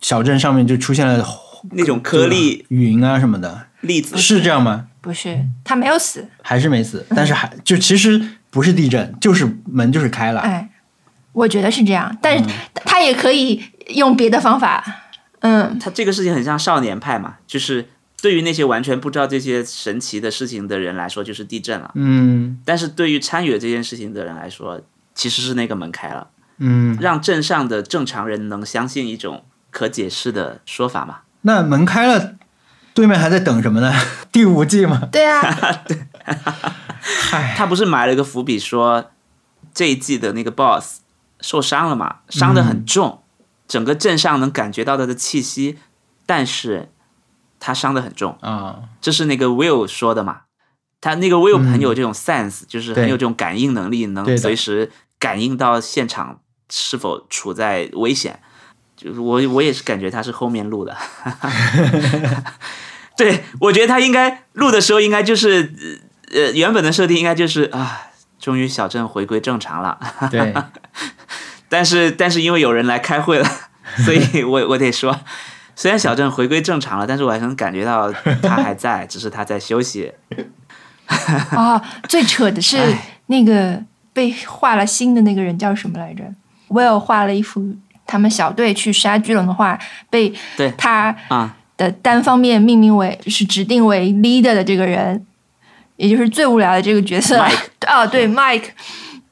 [SPEAKER 1] 小镇上面就出现了
[SPEAKER 4] 那种颗粒
[SPEAKER 1] 云啊什么的，
[SPEAKER 4] 粒子，
[SPEAKER 1] 是这样吗？
[SPEAKER 3] 不是，他没有死，
[SPEAKER 1] 还是没死，但是还就其实不是地震，就是门就是开了。
[SPEAKER 3] 哎，我觉得是这样，但是他也可以用别的方法，嗯，
[SPEAKER 4] 他这个事情很像少年派嘛，就是对于那些完全不知道这些神奇的事情的人来说，就是地震了；
[SPEAKER 1] 嗯
[SPEAKER 4] 但是对于参与了这件事情的人来说，其实是那个门开了，
[SPEAKER 1] 嗯，
[SPEAKER 4] 让镇上的正常人能相信一种可解释的说法嘛。
[SPEAKER 1] 那门开了，对面还在等什么呢？ 第五季吗？
[SPEAKER 3] 对啊，
[SPEAKER 1] 嗨，
[SPEAKER 4] 他不是埋了个伏笔说，这一季的那个 boss 受伤了嘛，伤得很重，整个镇上能感觉到他的气息，但是他伤得很重，
[SPEAKER 1] 啊，
[SPEAKER 4] 这是那个 Will 说的嘛。他那个 Will 很有这种 sense，、就是很
[SPEAKER 1] 嗯对
[SPEAKER 4] 有这种感应能力，
[SPEAKER 1] 对
[SPEAKER 4] 能
[SPEAKER 1] 的
[SPEAKER 4] 随时感应到现场是否处在危险。就是我我也是感觉他是后面录的， 对我觉得他应该录的时候应该就是呃呃原本的设定应该就是啊，终于小镇回归正常了。
[SPEAKER 1] 对，
[SPEAKER 4] 但是但是因为有人来开会了， 所以我我得说，虽然小镇回归正常了，但是我还能感觉到他还在，只是他在休息。
[SPEAKER 3] 哦，最扯的是
[SPEAKER 4] 哎
[SPEAKER 3] 那个被画了心的那个人叫什么来着？Will 画了一幅他们小队去杀巨龙的画，被
[SPEAKER 4] 对
[SPEAKER 3] 他
[SPEAKER 4] 啊
[SPEAKER 3] 的单方面命名为就是指定为 leader 的这个人，也就是最无聊的这个角色
[SPEAKER 4] Mike。 嗯
[SPEAKER 3] 哦，对，Mike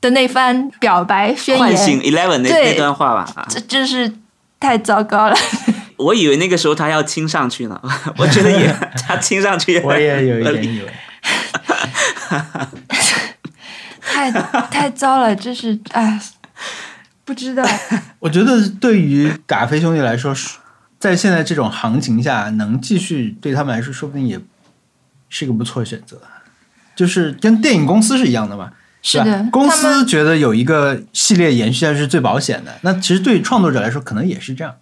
[SPEAKER 3] 的那番表白宣
[SPEAKER 4] 唤醒
[SPEAKER 3] 言，
[SPEAKER 4] Eleven 那
[SPEAKER 3] 对
[SPEAKER 4] 那段话吧，啊，
[SPEAKER 3] 这真是太糟糕 了。
[SPEAKER 4] 我以为那个时候他要亲上去呢，我觉得也 他亲上去 也
[SPEAKER 1] 我也有一
[SPEAKER 4] 合理
[SPEAKER 1] 点以为。
[SPEAKER 3] 太太糟了，这是哎，不 知道。
[SPEAKER 1] 我觉得对于达菲兄弟来说，是在现在这种行情下，能继续对他们来说，说不定也是一个不错的选择。就是跟电影公司是一样的嘛，
[SPEAKER 3] 是
[SPEAKER 1] 吧
[SPEAKER 3] 的，
[SPEAKER 1] 公
[SPEAKER 3] 他
[SPEAKER 1] 司
[SPEAKER 3] 们
[SPEAKER 1] 觉得有一个系列延续下去是最保险的。那其实对创作者来说，可能也是这样。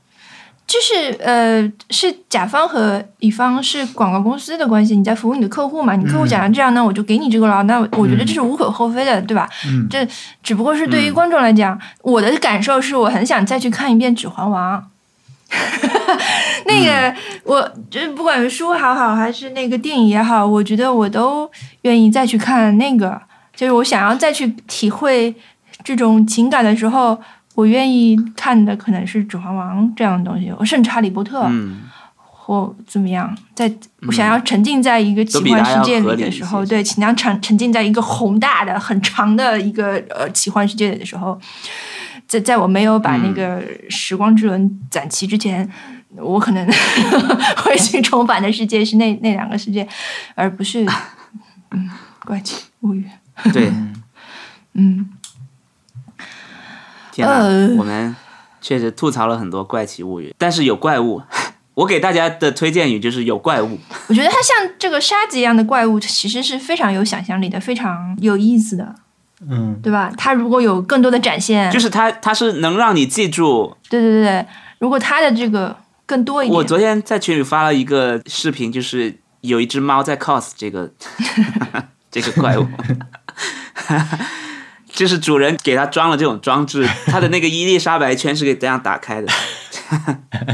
[SPEAKER 3] 就是呃，是甲方和乙方是广告公司的关系，你在服务你的客户嘛，你客户讲成这样呢，我就给你这个了。那我觉得这是无可厚非的，对吧？
[SPEAKER 1] 嗯，
[SPEAKER 3] 这只不过是对于观众来讲，我的感受是我很想再去看一遍《指环王》。 那个，我这不管书好好还是那个电影也好，我觉得我都愿意再去看那个。就是我想要再去体会这种情感的时候，我愿意看的可能是《指环王》这样的东西，我甚至《哈利波特》
[SPEAKER 4] 嗯，
[SPEAKER 3] 或怎么样，在我想要沉浸在一个奇幻世界里的时候，
[SPEAKER 4] 都比它要合理一些
[SPEAKER 3] 对，尽量沉沉浸在一个宏大的、很长的一个呃奇幻世界里的时候，在在我没有把
[SPEAKER 4] 嗯
[SPEAKER 3] 那个时光之轮攒齐之前，我可能 会去重返的世界是那那两个世界，而 不是嗯怪奇物语，
[SPEAKER 4] 对，
[SPEAKER 3] 嗯，
[SPEAKER 4] 天哪
[SPEAKER 3] 呃，
[SPEAKER 4] 我们确实吐槽了很多怪奇物语，但是有怪物。我给大家的推荐语就是有怪物，
[SPEAKER 3] 我觉得它像这个沙子一样的怪物，其实是非常有想象力的，非常有意思的，
[SPEAKER 1] 嗯，
[SPEAKER 3] 对吧？它如果有更多的展现，
[SPEAKER 4] 就是它，它是能让你记住
[SPEAKER 3] 对对对对，如果他的这个更多一
[SPEAKER 4] 我
[SPEAKER 3] 点，
[SPEAKER 4] 昨天在群里发了一个视频，就是有一只猫在 cos 这个 这个怪物， 就是主人给它装了这种装置，它的那个伊丽莎白圈是可以这样打开的。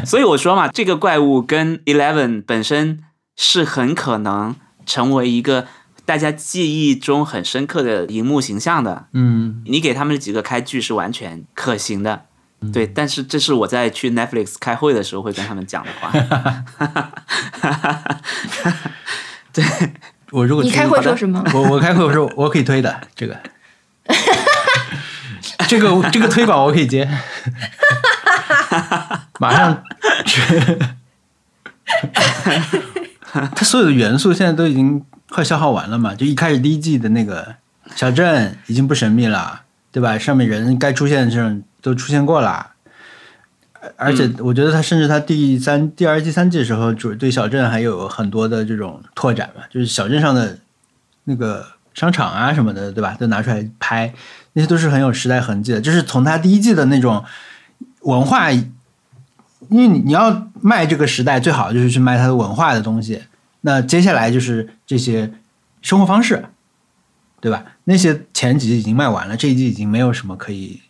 [SPEAKER 4] 所以我说嘛，这个怪物跟 Eleven 本身是很可能成为一个大家记忆中很深刻的荧幕形象的。
[SPEAKER 1] 嗯，
[SPEAKER 4] 你给他们几个开剧是完全可行的。对，但是这是我在去 Netflix 开会的时候会跟他们讲的话。
[SPEAKER 1] 我如果
[SPEAKER 3] 你
[SPEAKER 1] 出
[SPEAKER 3] 开
[SPEAKER 1] 去
[SPEAKER 3] 会
[SPEAKER 1] 好的
[SPEAKER 3] 说什么
[SPEAKER 1] 我我开会我 说我可以推的这个，这个这个推广我可以接， 马上。 它所有的元素现在都已经快消耗完了嘛？就一开始第一季的那个小镇已经不神秘了，对吧？上面人该出现的这种都出现过了，而且我觉得他甚至他第三、第二、第三季的时候，主对小镇还有很多的这种拓展嘛，就是小镇上的那个商场啊什么的，对吧？都拿出来拍，那些都是很有时代痕迹的。就是从他第一季的那种文化，因为你你要卖这个时代，最好就是去卖它的文化的东西，那接下来就是这些生活方式，对吧？那些前几季已经卖完了，这一季已经没有什么可以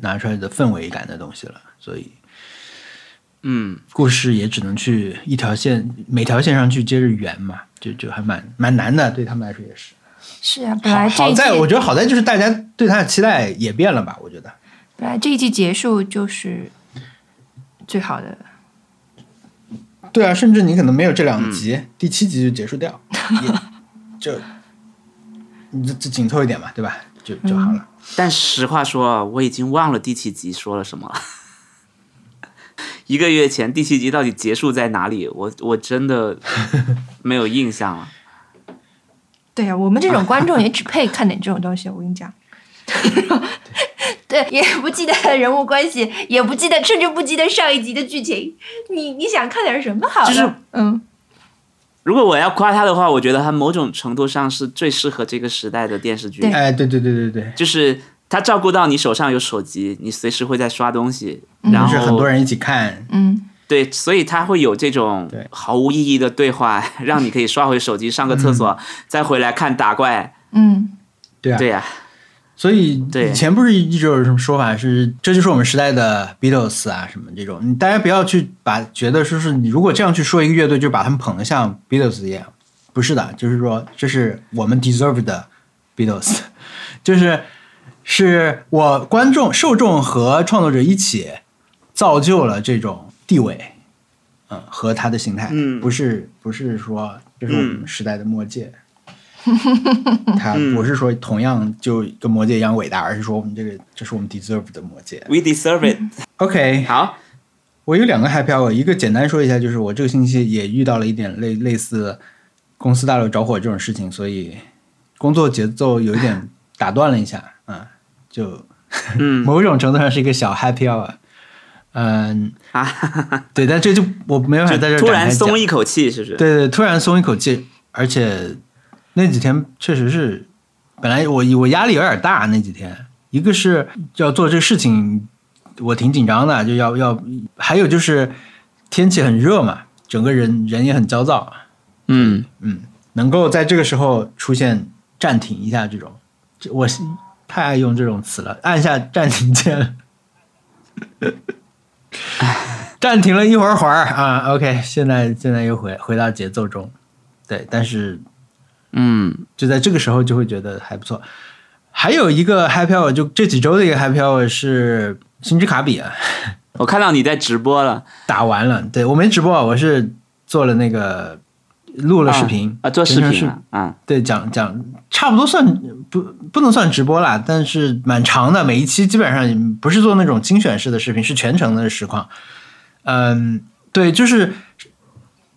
[SPEAKER 1] 拿出来的氛围感的东西了，所以
[SPEAKER 4] 嗯，
[SPEAKER 1] 故事也只能去一条线，每条线上去接着圆嘛，就就还蛮蛮难的，对他们来说也是。
[SPEAKER 3] 是啊，本
[SPEAKER 1] 好
[SPEAKER 3] 来这
[SPEAKER 1] 好
[SPEAKER 3] 一季
[SPEAKER 1] 在我觉得好在就是大家对他的期待也变了吧，我觉得。
[SPEAKER 3] 本来这一季结束就是最好的，
[SPEAKER 1] 对啊，甚至你可能没有这两集，
[SPEAKER 4] 嗯
[SPEAKER 1] 第七集就结束掉， 也就你就就紧凑一点嘛，对吧？就就好了。
[SPEAKER 4] 但实话说啊，我已经忘了第七集说了什么了。 一个月前第七集到底结束在哪里？我我真的没有印象了。
[SPEAKER 3] 对啊呀、我们这种观众也只配看点这种东西，我跟你讲。 对，也不记得人物关系，也不记得，甚至不记得上一集的剧情。你你想看点什么好
[SPEAKER 4] 就
[SPEAKER 3] 呢？
[SPEAKER 4] 是
[SPEAKER 3] 嗯，
[SPEAKER 4] 如果我要夸他的话，我觉得他某种程度上是最适合这个时代的电视剧
[SPEAKER 3] 对，
[SPEAKER 1] 哎，对对对对对，
[SPEAKER 4] 就是他照顾到你手上有手机，你随时会在刷东西，然
[SPEAKER 1] 就
[SPEAKER 4] 后
[SPEAKER 1] 是很多人一起看，
[SPEAKER 3] 嗯，
[SPEAKER 4] 对，所以他会有这种
[SPEAKER 1] 对
[SPEAKER 4] 毫无意义的对话， 让你可以刷回手机上个厕所，再回来看打怪。
[SPEAKER 3] 嗯，
[SPEAKER 1] 嗯对啊。
[SPEAKER 4] 对呀、
[SPEAKER 1] 所以
[SPEAKER 4] 对
[SPEAKER 1] 以前不是一直有什么说法是，这就是我们时代的 Beatles 啊什么这种，你大家不要去把觉得说是你如果这样去说一个乐队，就把他们捧得像 Beatles 一样，不是的，就是说这是我们 deserve 的 Beatles，就是是我观众、受众和创作者一起造就了这种地位，嗯，和他的形态，
[SPEAKER 4] 嗯
[SPEAKER 1] 不是不是说这是我们时代的末界。他
[SPEAKER 4] 嗯
[SPEAKER 1] 不是说同样就跟魔界一样伟大，而是说我们这个这是我们 deserve 的魔界。
[SPEAKER 4] w e deserve it、
[SPEAKER 1] OK，
[SPEAKER 4] 好，
[SPEAKER 1] 我有两个 happy hour，一个简单说一下，就是我这个星期也遇到了一点类类似公司大楼着火这种事情，所以工作节奏有一点打断了一下，嗯，就
[SPEAKER 4] 嗯
[SPEAKER 1] 某种程度上是一个小 happy hour，嗯，
[SPEAKER 4] 啊，
[SPEAKER 1] 对，但这就我没办法
[SPEAKER 4] 就
[SPEAKER 1] 在这儿
[SPEAKER 4] 突
[SPEAKER 1] 展开
[SPEAKER 4] 然
[SPEAKER 1] 讲
[SPEAKER 4] 松一口气，是不是？
[SPEAKER 1] 对对，突然松一口气，而且那几天确实是，本来我我压力有点大，那几天，一个是要做这个事情，我挺紧张的，就要要，还有就是天气很热嘛，整个人人也很焦躁，
[SPEAKER 4] 嗯，
[SPEAKER 1] 嗯，能够在这个时候出现暂停一下这种，这我是太爱用这种词了，按下暂停键了。暂停了一会儿会儿啊，OK，现在现在又回回到节奏中，对，但是
[SPEAKER 4] 嗯，
[SPEAKER 1] 就在这个时候就会觉得还不错。还有一个 Happy Hour，就这几周的一个 Happy Hour 是《星之卡比》啊，
[SPEAKER 4] 我看到你在直播了，
[SPEAKER 1] 打完了，对我没直播啊，我是做了那个录了视频
[SPEAKER 4] 啊，做视
[SPEAKER 1] 全程
[SPEAKER 4] 频
[SPEAKER 1] 是
[SPEAKER 4] 了啊，
[SPEAKER 1] 对，讲讲差不多算不不能算直播啦，但是蛮长的，每一期基本上不是做那种精选式的视频，是全程的实况。嗯，对，就是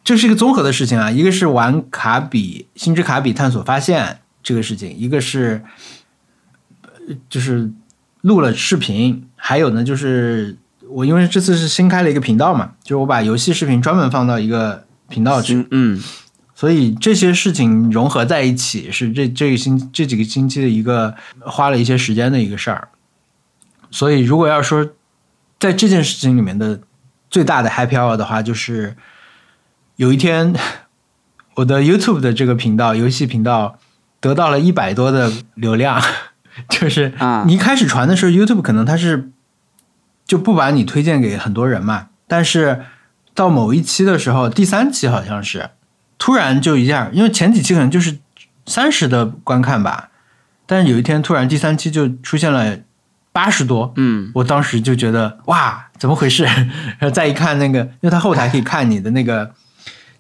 [SPEAKER 1] 这是一个综合的事情啊，一个是玩卡比星之卡比探索发现这个事情，一个是呃就是录了视频，还有呢就是我因为这次是新开了一个频道嘛，就是我把游戏视频专门放到一个频道去，
[SPEAKER 4] 嗯嗯
[SPEAKER 1] 所以这些事情融合在一起，是这这个星这几个星期的一个花了一些时间的一个事儿。所以如果要说在这件事情里面的最大的 happy hour 的话，就是有一天我的 YouTube 的这个频道游戏频道得到了一百多的流量， 就是
[SPEAKER 4] 啊
[SPEAKER 1] 你一开始传的时候，YouTube 可能它是就不把你推荐给很多人嘛，但是到某一期的时候，第三期好像是突然就一下，因为前几期可能就是三十的观看吧，但是有一天突然第三期就出现了八十多，
[SPEAKER 4] 嗯
[SPEAKER 1] 我当时就觉得哇，怎么回事？ 然后再一看那个，因为它后台可以看你的那个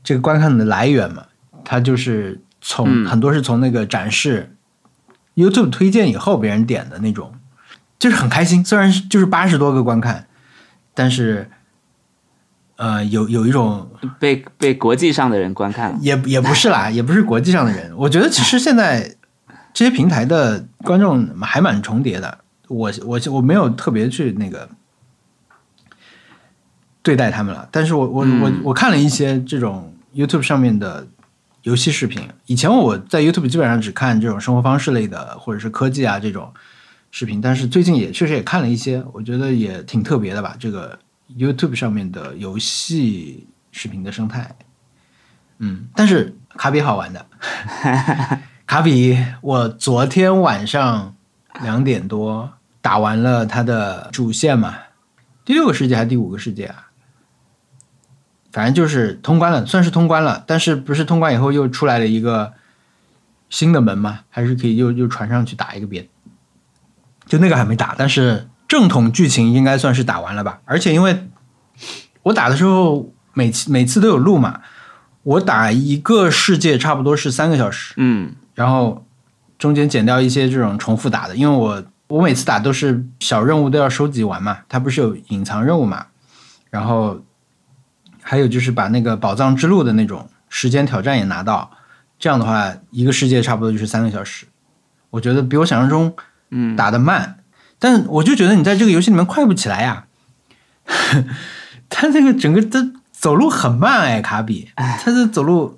[SPEAKER 1] 这个观看的来源嘛，它就是从、
[SPEAKER 4] 嗯
[SPEAKER 1] 很多是从那个展示 YouTube 推荐以后别人点的那种，就是很开心。虽然是就是八十多个观看，但是呃，有有一种
[SPEAKER 4] 被被国际上的人观看了，
[SPEAKER 1] 也也不是 啦，也不是国际上的人。我觉得其实现在这些平台的观众还蛮重叠的。我我我没有特别去那个对待他们了，但是我我我
[SPEAKER 4] 嗯
[SPEAKER 1] 我看了一些这种 YouTube 上面的游戏视频。以前我在 YouTube 基本上只看这种生活方式类的，或者是科技啊这种视频，但是最近也确实也看了一些，我觉得也挺特别的吧。这个 YouTube 上面的游戏视频的生态，嗯，但是卡比好玩的，卡比，我昨天晚上两点多打完了它的主线嘛，第六个世界还是第五个世界啊？反正就是通关了，算是通关了。但是不是通关以后又出来了一个新的门吗？还是可以又又传上去打一个别的？就那个还没打，但是正统剧情应该算是打完了吧？而且因为我打的时候每次每次都有录嘛，我打一个世界差不多是三个小时，
[SPEAKER 4] 嗯
[SPEAKER 1] 然后中间减掉一些这种重复打的，因为我我每次打都是小任务都要收集完嘛，它不是有隐藏任务嘛，然后还有就是把那个宝藏之路的那种时间挑战也拿到，这样的话一个世界差不多就是三个小时，我觉得比我想象中
[SPEAKER 4] 嗯，
[SPEAKER 1] 打得慢，但我就觉得你在这个游戏里面快不起来呀、 他这个整个他走路很慢哎，卡比，他这走路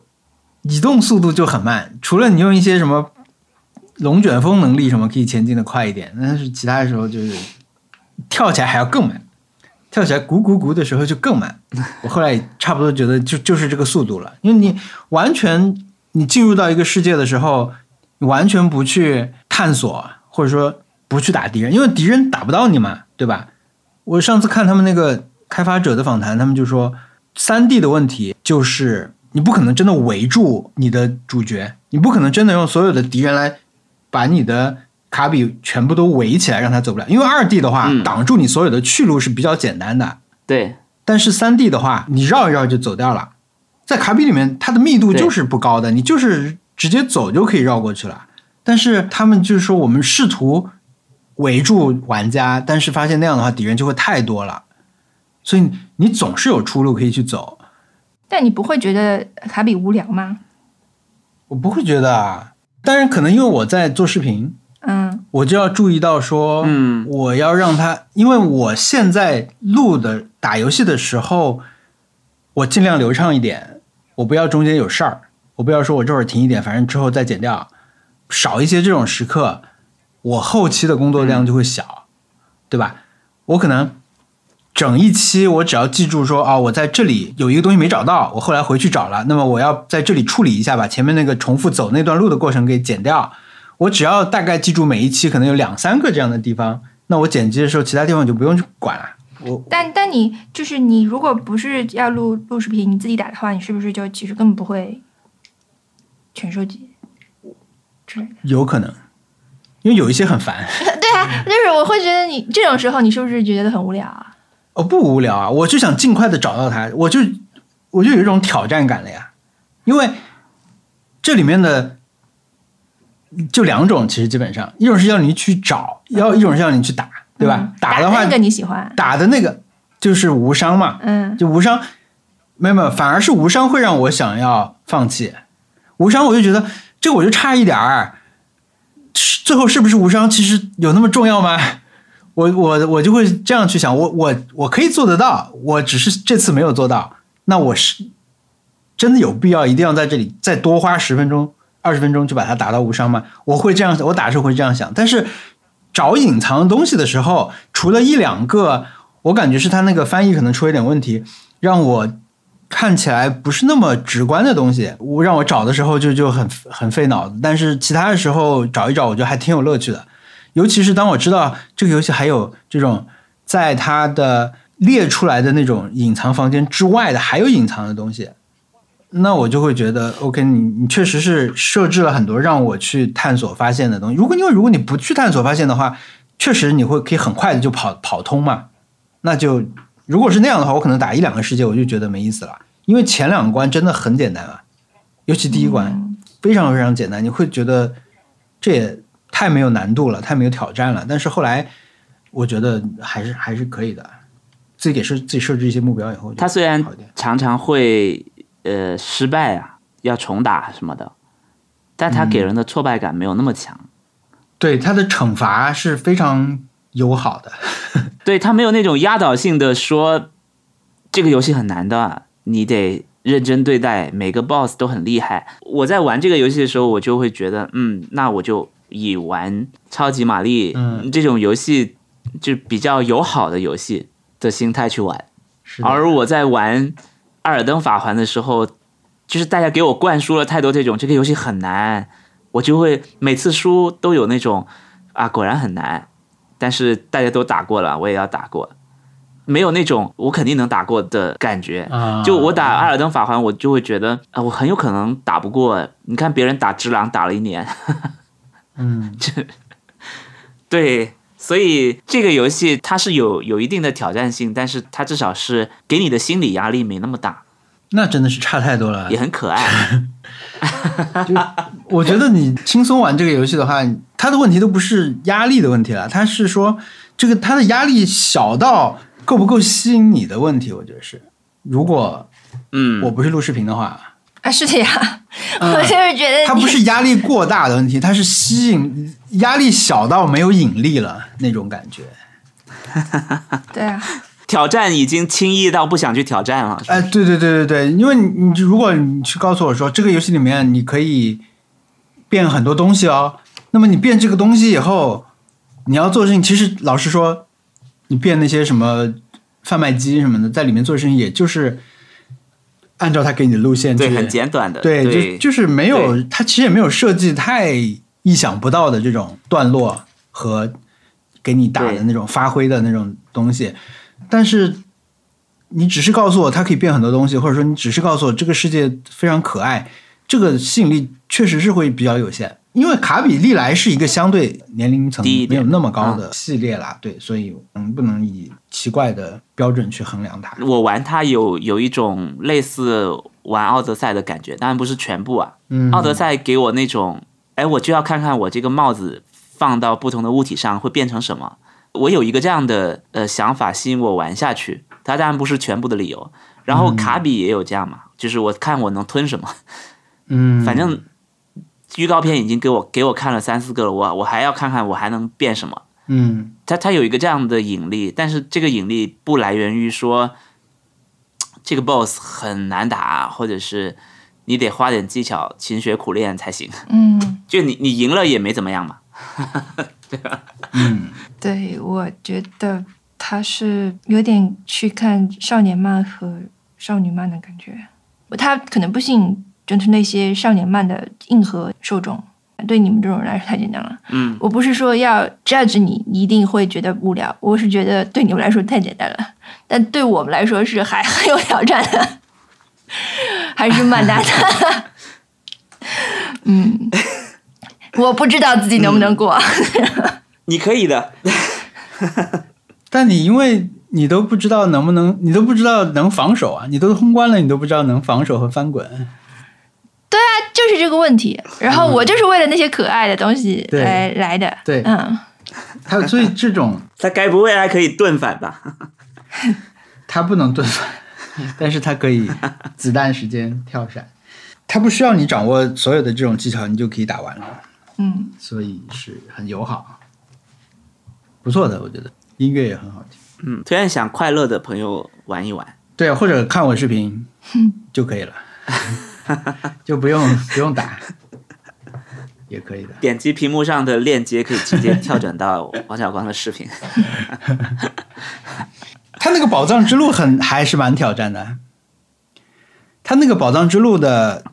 [SPEAKER 1] 移动速度就很慢，除了你用一些什么龙卷风能力什么可以前进的快一点，但是其他的时候就是跳起来还要更慢，跳起来咕咕咕的时候就更慢。我后来也差不多觉得就就是这个速度了，因为你完全你进入到一个世界的时候，你完全不去探索，或者说不去打敌人，因为敌人打不到你嘛，对吧？我上次看他们那个开发者的访谈，他们就说，三 D 的问题就是你不可能真的围住你的主角，你不可能真的用所有的敌人来把你的卡比全部都围起来，让他走不了。因为二 D 的话，
[SPEAKER 4] 嗯
[SPEAKER 1] 挡住你所有的去路是比较简单的，
[SPEAKER 4] 对，
[SPEAKER 1] 但是三 D 的话，你绕一绕就走掉了。在卡比里面，它的密度
[SPEAKER 4] 对
[SPEAKER 1] 就是不高的，你就是直接走就可以绕过去了。但是他们就是说，我们试图围住玩家，但是发现那样的话，敌人就会太多了，所以你总是有出路可以去走。
[SPEAKER 3] 但你不会觉得卡比无聊吗？
[SPEAKER 1] 我不会觉得啊，但是可能因为我在做视频，
[SPEAKER 3] 嗯
[SPEAKER 1] 我就要注意到说，
[SPEAKER 4] 嗯
[SPEAKER 1] 我要让他，因为我现在录的打游戏的时候，我尽量流畅一点，我不要中间有事儿，我不要说我这会儿停一点，反正之后再剪掉，少一些这种时刻，我后期的工作量就会小，对吧？我可能整一期我只要记住说啊、我在这里有一个东西没找到，我后来回去找了，那么我要在这里处理一下，把前面那个重复走那段路的过程给剪掉。我只要大概记住每一期可能有两三个这样的地方，那我剪辑的时候其他地方就不用去管了。我，
[SPEAKER 3] 但但你就是你，如果不是要录录视频，你自己打的话，你是不是就其实根本不会全收集之类的？
[SPEAKER 1] 有可能，因为有一些很烦。
[SPEAKER 3] 对啊，就是我会觉得你这种时候，你是不是觉得很无聊啊？
[SPEAKER 1] 哦，不无聊啊，我就想尽快的找到它，我就我就有一种挑战感了呀。因为这里面的就两种，其实基本上一种是要你去找，要一种是要你去打，对吧？
[SPEAKER 3] 嗯
[SPEAKER 1] 打的话，
[SPEAKER 3] 那个你喜欢？
[SPEAKER 1] 打的那个就是无伤嘛，
[SPEAKER 3] 嗯，
[SPEAKER 1] 就无伤，没有没有，反而是无伤会让我想要放弃。无伤我就觉得这个我就差一点儿，是最后是不是无伤其实有那么重要吗？ 我我我就会这样去想，我我我可以做得到，我只是这次没有做到，那我是真的有必要一定要在这里再多花十分钟、二十分钟就把它打到无伤吗？我会这样，我打的时候会这样想，但是找隐藏东西的时候，除了一两个，我感觉是他那个翻译可能出了一点问题，让我看起来不是那么直观的东西，我让我找的时候就就很很费脑子，但是其他的时候找一找，我觉得还挺有乐趣的。尤其是当我知道这个游戏还有这种在它的列出来的那种隐藏房间之外的还有隐藏的东西，那我就会觉得 OK，你你确实是设置了很多让我去探索发现的东西。如果因为如果你不去探索发现的话，确实你会可以很快的就跑跑通嘛。那就如果是那样的话，我可能打一两个世界我就觉得没意思了，因为前两关真的很简单啊，尤其第一关。
[SPEAKER 4] 嗯
[SPEAKER 1] 非常非常简单，你会觉得这也太没有难度了，太没有挑战了。但是后来我觉得还是还是可以的，自己给设自己设置一些目标以后，
[SPEAKER 4] 他虽然
[SPEAKER 1] 好一点。
[SPEAKER 4] 常常会呃失败啊，要重打什么的，但他
[SPEAKER 1] 嗯
[SPEAKER 4] 给人的挫败感没有那么强，
[SPEAKER 1] 对他的惩罚是非常友好的，
[SPEAKER 4] 对他没有那种压倒性的说这个游戏很难的，你得认真对待，每个 BOSS 都很厉害。我在玩这个游戏的时候，我就会觉得，嗯，那我就以玩超级玛丽、
[SPEAKER 1] 嗯
[SPEAKER 4] 这种游戏就比较友好的游戏的心态去玩。
[SPEAKER 1] 是的
[SPEAKER 4] 而我在玩《艾尔登法环》的时候，就是大家给我灌输了太多这种这个游戏很难，我就会每次输都有那种啊果然很难，但是大家都打过了，我也要打过，没有那种我肯定能打过的感觉。
[SPEAKER 5] 啊，
[SPEAKER 4] 就我打《艾尔登法环》，我就会觉得啊，我很有可能打不过。你看别人打《只狼》打了一年，
[SPEAKER 1] 嗯，
[SPEAKER 4] 对，所以这个游戏它是有有一定的挑战性，但是它至少是给你的心理压力没那么大，
[SPEAKER 1] 那真的是差太多了
[SPEAKER 4] 也。很可爱。
[SPEAKER 1] 我觉得你轻松玩这个游戏的话，它的问题都不是压力的问题了，它是说这个它的压力小到够不够吸引你的问题。我觉得是，如果
[SPEAKER 4] 嗯，
[SPEAKER 1] 我不是录视频的话，
[SPEAKER 3] 啊，是这样， 我就是觉得
[SPEAKER 1] 它
[SPEAKER 3] 你
[SPEAKER 1] 嗯不是压力过大的问题，它是吸引压力小到没有引力了那种感觉。
[SPEAKER 3] 对啊，
[SPEAKER 4] 挑战已经轻易到不想去挑战啊了。是吧
[SPEAKER 1] 哎，对对对对对，因为你你如果你去告诉我说这个游戏里面你可以变很多东西哦，那么你变这个东西以后，你要做的事情，其实老实说，你变那些什么贩卖机什么的，在里面做的事情，也就是按照他给你的路线去
[SPEAKER 4] 对，很简短的。
[SPEAKER 1] 对，
[SPEAKER 4] 对，
[SPEAKER 1] 就就是没有，它其实也没有设计太意想不到的这种段落和给你打的
[SPEAKER 4] 对
[SPEAKER 1] 那种发挥的那种东西，但是你只是告诉我它可以变很多东西，或者说你只是告诉我这个世界非常可爱，这个吸引力确实是会比较有限。因为卡比历来是一个相对年龄层
[SPEAKER 4] 低一
[SPEAKER 1] 没
[SPEAKER 4] 点啊
[SPEAKER 1] 有那么高的系列啦，对，所以嗯，不能以奇怪的标准去衡量它。
[SPEAKER 4] 我玩它有有一种类似玩奥德赛的感觉，当然不是全部啊。
[SPEAKER 1] 嗯，
[SPEAKER 4] 奥德赛给我那种，哎，我就要看看我这个帽子放到不同的物体上会变成什么。我有一个这样的呃想法吸引我玩下去，它当然不是全部的理由。然后卡比也有这样嘛，就是我看我能吞什么，
[SPEAKER 1] 嗯，
[SPEAKER 4] 反正预告片已经给我给我看了三四个了，我我还要看看我还能变什么。
[SPEAKER 1] 嗯
[SPEAKER 4] 它它有一个这样的引力，但是这个引力不来源于说这个 boss 很难打，或者是你得花点技巧、勤学苦练才行。
[SPEAKER 3] 嗯，
[SPEAKER 4] 就你你赢了也没怎么样嘛。
[SPEAKER 1] 嗯
[SPEAKER 3] 对，我觉得他是有点去看少年漫和少女漫的感觉，他可能不吸引就是那些少年漫的硬核受众。对你们这种人来说太简单了。
[SPEAKER 4] 嗯，
[SPEAKER 3] 我不是说要 judge 你，你一定会觉得无聊。我是觉得对你们来说太简单了，但对我们来说是还很有挑战的，还是蛮难的。嗯，我不知道自己能不能过。
[SPEAKER 4] 你可以的。
[SPEAKER 1] 但你因为你都不知道能不能，你都不知道能防守啊，你都通关了，你都不知道能防守和翻 滚。
[SPEAKER 3] 就是这个问题。然后我就是为了那些可爱的东西
[SPEAKER 1] 对
[SPEAKER 3] 来、来的。
[SPEAKER 1] 对
[SPEAKER 3] 嗯，
[SPEAKER 1] 他所以这种
[SPEAKER 4] 他该不会还可以盾反吧？
[SPEAKER 1] 他不能盾反， 但是他可以子弹时间跳闪，他不需要你掌握所有的这种技巧，你就可以打完了，
[SPEAKER 3] 嗯，
[SPEAKER 1] 所以是很友好，不错的，我觉得音乐也很好听。
[SPEAKER 4] 嗯，推荐想快乐的朋友玩一玩。
[SPEAKER 1] 对，啊或者看我视频 就可以了， 就不用不用打，也可以的。
[SPEAKER 4] 点击屏幕上的链接，可以直接跳转到王小光的视频。
[SPEAKER 1] 他那个宝藏之路很还是蛮挑战的。他那个宝藏之路的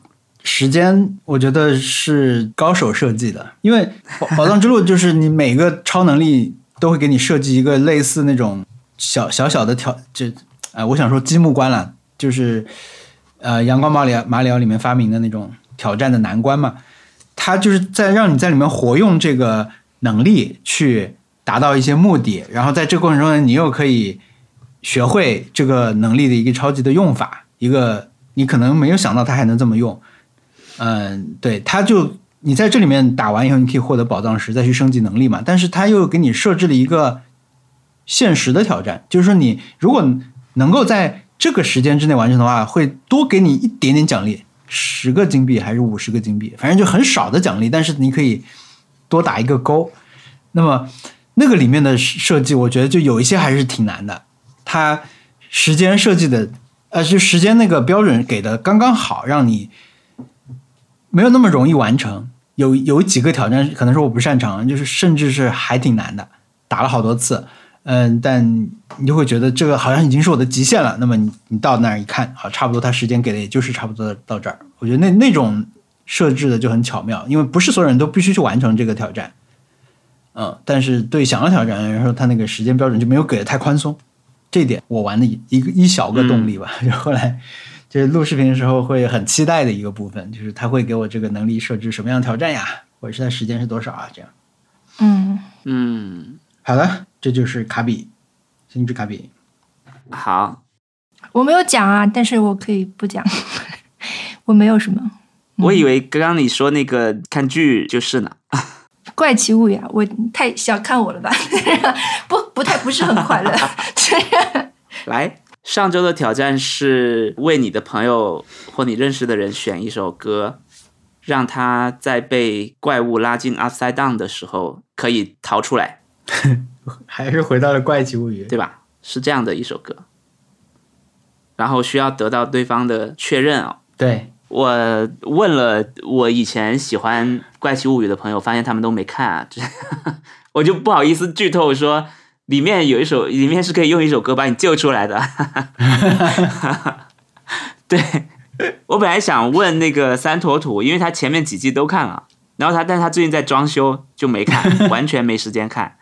[SPEAKER 1] 时间，我觉得是高手设计的，因为宝宝藏之路就是你每个超能力都会给你设计一个类似那种小小小的挑，就啊、我想说积木关了，就是呃阳光马里马里奥里面发明的那种挑战的难关嘛，它就是在让你在里面活用这个能力去达到一些目的，然后在这个过程中呢，你又可以。学会这个能力的一个超级的用法，一个你可能没有想到它还能这么用。嗯，对，它就你在这里面打完以后，你可以获得宝藏石，再去升级能力嘛。但是它又给你设置了一个现实的挑战，就是说你如果能够在这个时间之内完成的话，会多给你一点点奖励，十个金币还是五十个金币，反正就很少的奖励，但是你可以多打一个勾。那么那个里面的设计，我觉得就有一些还是挺难的。它时间设计的，呃，就时间那个标准给的刚刚好，让你没有那么容易完成。有有几个挑战可能是我不擅长，就是甚至是还挺难的，打了好多次，嗯，但你就会觉得这个好像已经是我的极限了。那么你你到那儿一看，好，差不多他时间给的也就是差不多到这儿。我觉得那那种设置的就很巧妙，因为不是所有人都必须去完成这个挑战。嗯，但是对想要挑战的人来说，他那个时间标准就没有给的太宽松，这一点我玩的一一个一小个动力吧，就后来就是录视频的时候会很期待的一个部分，就是他会给我这个能力设置什么样的挑战呀，或者是他时间是多少啊，这样。
[SPEAKER 3] 嗯，
[SPEAKER 4] 嗯，
[SPEAKER 1] 好的，这就是卡比，星之卡比。
[SPEAKER 4] 好，
[SPEAKER 3] 我没有讲啊，但是我可以不讲， 我没有什么
[SPEAKER 4] 我以为刚刚你说那个看剧就是呢。
[SPEAKER 3] 怪奇物语啊，我太小看我了吧？ 不，不太不是很快乐。
[SPEAKER 4] 来，上周的挑战是为你的朋友或你认识的人选一首歌，让他在被怪物拉进 upside down 的时候可以逃出来，
[SPEAKER 1] 还是回到了怪奇物语。
[SPEAKER 4] 对吧？是这样的一首歌，然后需要得到对方的确认哦。
[SPEAKER 1] 对，
[SPEAKER 4] 我问了我以前喜欢《怪奇物语》的朋友，发现他们都没看啊，这 我就不好意思剧透说里面有一首，里面是可以用一首歌把你救出来的。 对，我本来想问那个三坨土，因为他前面几季都看了，然后他但他最近在装修就没看，完全没时间看。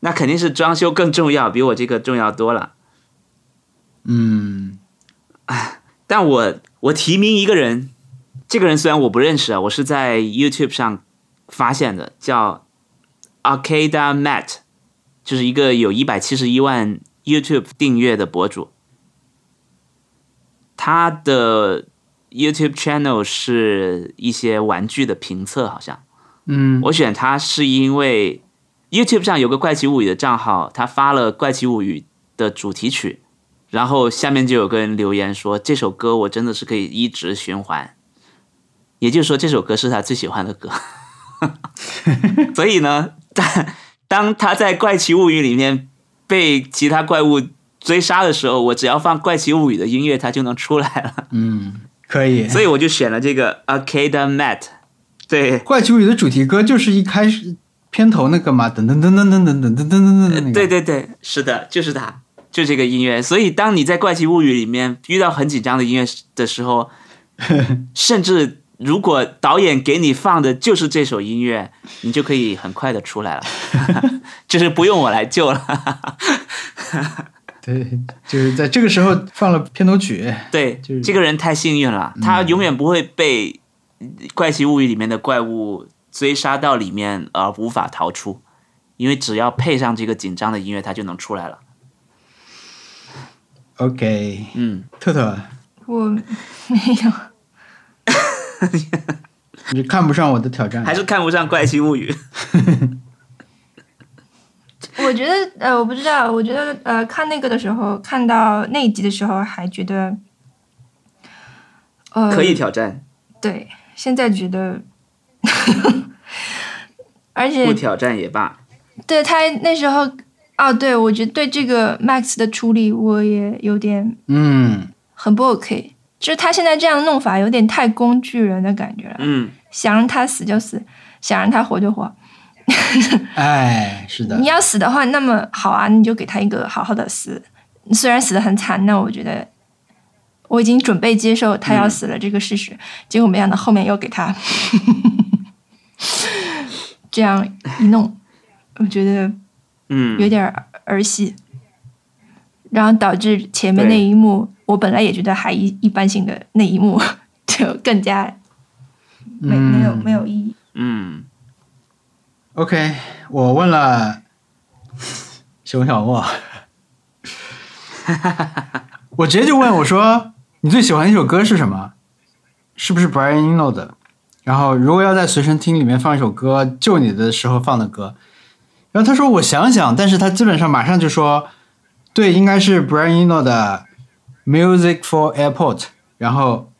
[SPEAKER 4] 那肯定是装修更重要，比我这个重要多了。
[SPEAKER 1] 嗯，
[SPEAKER 4] 但我我提名一个人，这个人虽然我不认识啊，我是在 YouTube 上发现的，叫 Arcada Matt，就是一个有一百七十一万 YouTube 订阅的博主。他的 YouTube channel 是一些玩具的评测，好像。
[SPEAKER 1] 嗯，
[SPEAKER 4] 我选它是因为 YouTube 上有个怪奇物语的账号，他发了怪奇物语的主题曲，然后下面就有个人留言说这首歌我真的是可以一直循环，也就是说这首歌是他最喜欢的歌。 所以呢，当当他在怪奇物语里面被其他怪物追杀的时候，我只要放怪奇物语的音乐，他就能出来了。
[SPEAKER 1] 嗯，可以。
[SPEAKER 4] 所以我就选了这个 Arcada Matt。对，
[SPEAKER 1] 怪奇物语的主题歌就是一开始片头那个嘛，噔噔噔噔噔噔噔噔噔噔噔那个。
[SPEAKER 4] 呃对对对，是的，就是它，就这个音乐。所以当你在《怪奇物语》里面遇到很紧张的音乐的 时候，甚至如果导演给你放的就是这首音乐，你就可以很快的出来 了，就是不用我来救了。
[SPEAKER 1] 对，就是在这个时候放了片头曲。
[SPEAKER 4] 对
[SPEAKER 1] 就是，嗯
[SPEAKER 4] 这个人太幸运了，他永远不会被《怪奇物语》里面的怪物追杀到里面而无法逃出，因为只要配上这个紧张的音乐，他就能出来了。
[SPEAKER 1] OK，
[SPEAKER 4] 嗯，
[SPEAKER 1] 特特，
[SPEAKER 3] 我没有，
[SPEAKER 1] 你看不上我的挑战，
[SPEAKER 4] 还是看不上《怪奇 物语》。
[SPEAKER 3] 我觉得呃，我不知道，我觉得呃，看那个的时候，看到那一集的时候，还觉得，呃，
[SPEAKER 4] 可以挑战，
[SPEAKER 3] 对，现在觉得， 而
[SPEAKER 4] 不
[SPEAKER 3] 且
[SPEAKER 4] 挑战也罢。
[SPEAKER 3] 对他那时候，哦，对我觉得对这个 Max 的处理，我也有点
[SPEAKER 1] 嗯，
[SPEAKER 3] 很不 OK，就是他现在这样弄法有点太工具人的感觉了，
[SPEAKER 4] 嗯，
[SPEAKER 3] 想让他死就死，想让他活就活。
[SPEAKER 1] 哎，是的
[SPEAKER 3] 你，要死的话，那么好啊，你就给他一个好好的死。虽然死的很惨，那我觉得我已经准备接受他要死了这个事实。结果没想到后面又给他 这样一弄，我觉得
[SPEAKER 4] 嗯，
[SPEAKER 3] 有点儿儿戏，然后导致前面
[SPEAKER 4] 对
[SPEAKER 3] 那一幕，我本来也觉得还一一般性的那一幕， 就更加没、没有没有意义。
[SPEAKER 4] 嗯，
[SPEAKER 1] OK，我问了 熊小莫， 我直接就问我说：“你最喜欢的一首歌是什么？是不是 Brian Eno 的？然后如果要在随身听里面放一首歌，救你的时候放的歌。”然后他说：“我想想。”但是他基本上马上就说：“对，应该是 Brian Eno 的 Music for Airport。”然后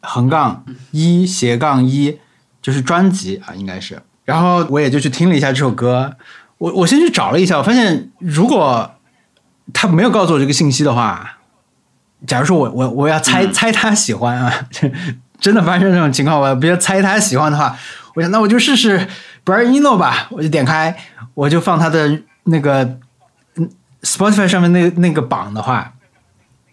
[SPEAKER 1] 横杠一斜杠一。就是专辑啊，应该是。然后我也就去听了一下这首歌，我我先去找了一下，我发现如果他没有告诉我这个信息的话，假如说我我我要猜、猜他喜欢啊， 真的发生这种情况，我不要猜他喜欢的话，我想那我就试试 Brian Eno 吧，我就点开，我就放他的那个嗯 Spotify 上面那那个榜的话，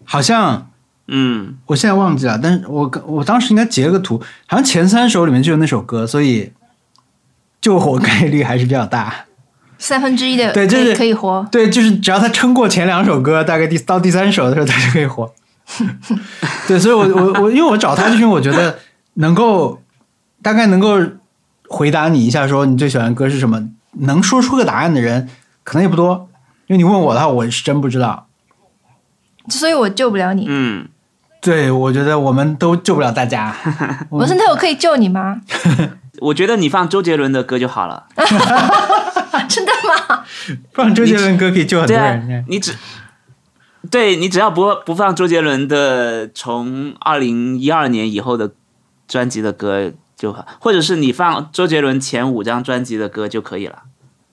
[SPEAKER 1] 好像
[SPEAKER 4] 嗯，
[SPEAKER 1] 我现在忘记了，但是我我当时应该截了个图，好像前三首里面就有那首歌，所以救火概率还是比较大。
[SPEAKER 3] 三分之一的
[SPEAKER 1] 对
[SPEAKER 3] 可
[SPEAKER 1] 就
[SPEAKER 3] 以
[SPEAKER 1] 是
[SPEAKER 3] 可以活，
[SPEAKER 1] 对，就是只要他撑过前两首歌，大概第到第三首的时候，他就可以火。 对，所以我我我，因为我找他就是因为我觉得能够大概能够回答你一下，说你最喜欢的歌是什么，能说出个答案的人可能也不多。因为你问我的话，我是真不知道。
[SPEAKER 3] 所以我救不了你。
[SPEAKER 4] 嗯，
[SPEAKER 1] 对，我觉得我们都救不了大 家。
[SPEAKER 3] 我说那我可以救你吗？
[SPEAKER 4] 我觉得你放周杰伦的歌就好了。
[SPEAKER 3] 啊真的吗？
[SPEAKER 1] 放周杰伦歌可以救很
[SPEAKER 4] 对
[SPEAKER 1] 多
[SPEAKER 4] 啊
[SPEAKER 1] 人，。
[SPEAKER 4] 你只对你只要不不放周杰伦的从二零一二年以后的专辑的歌就好，或者是你放周杰伦前五张专辑的歌就可以了。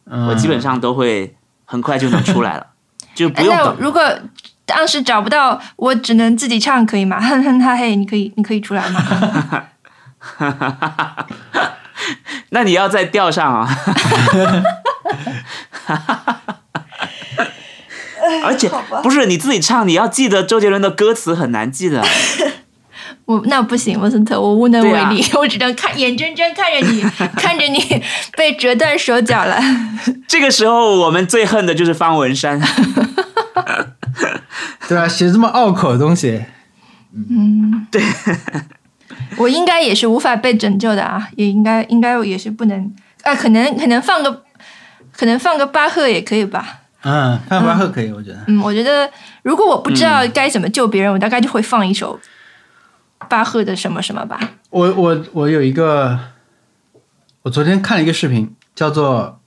[SPEAKER 1] 嗯
[SPEAKER 4] 我基本上都会很快就能出来了，就不用
[SPEAKER 3] 那
[SPEAKER 4] 等。
[SPEAKER 3] 如果当时找不到，我只能自己唱，可以吗？ 哼哼哈嘿，你可以，你可以出来吗？
[SPEAKER 4] 那你要再调上啊！而且不是你自己唱，你要记得周杰伦的歌词很难记的。
[SPEAKER 3] 我那不行，文森特，我无能为
[SPEAKER 4] 对啊
[SPEAKER 3] 力， 我只能看眼睁睁看着你， 看着你被折断手脚了。
[SPEAKER 4] 这个时候我们最恨的就是方文山。
[SPEAKER 1] 对吧？写这么拗口的东西，
[SPEAKER 3] 我应该也是无法被拯救的啊，也应该应该也是不能啊，可能可能放个可能放个巴赫也可以吧。
[SPEAKER 1] 嗯，范巴赫可以，我觉得。
[SPEAKER 3] 嗯，我觉得如果我不知道该怎么救别人，我大概就会放一首巴赫的什么什么吧。
[SPEAKER 1] 我我我有一个，我昨天看了一个视频，叫做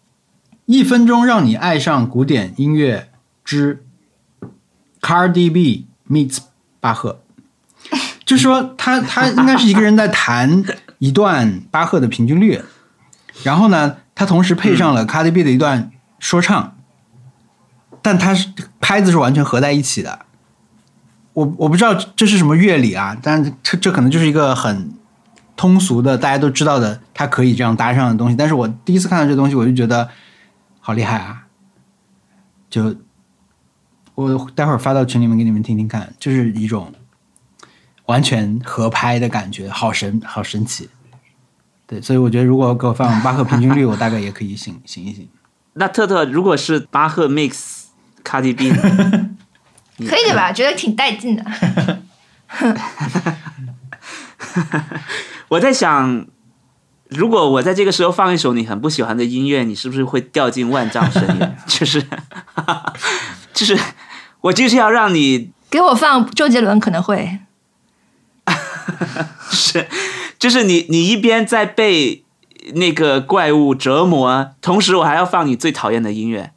[SPEAKER 1] 《一分钟让你爱上古典音乐之 Cardi B meets 巴赫》，就说他他应该是一个人在弹一段巴赫的平均律，然后呢，他同时配上了 Cardi B 的一段说唱，但他是拍子是完全合在一起的。我我不知道这是什么乐理啊，但是这这可能就是一个很通俗的，大家都知道的，它可以这样搭上的东西。但是我第一次看到这东西，我就觉得好厉害啊！就我待会儿发到群里面给你们听听看，就是一种完全合拍的感觉，好神，好神奇。对，所以我觉得如果给我放巴赫平均律，我大概也可以醒醒一醒。
[SPEAKER 4] 那特特，如果是巴赫 mix 卡 a B，
[SPEAKER 3] 可以的吧？觉得挺带劲的。
[SPEAKER 4] 我在想，如果我在这个时候放一首你很不喜欢的音乐，你是不是会掉进万丈深渊？就是， 就是，我就是要让你
[SPEAKER 3] 给我放周杰伦可能会，
[SPEAKER 4] 是，就是你你一边在被那个怪物折磨，同时我还要放你最讨厌的音乐，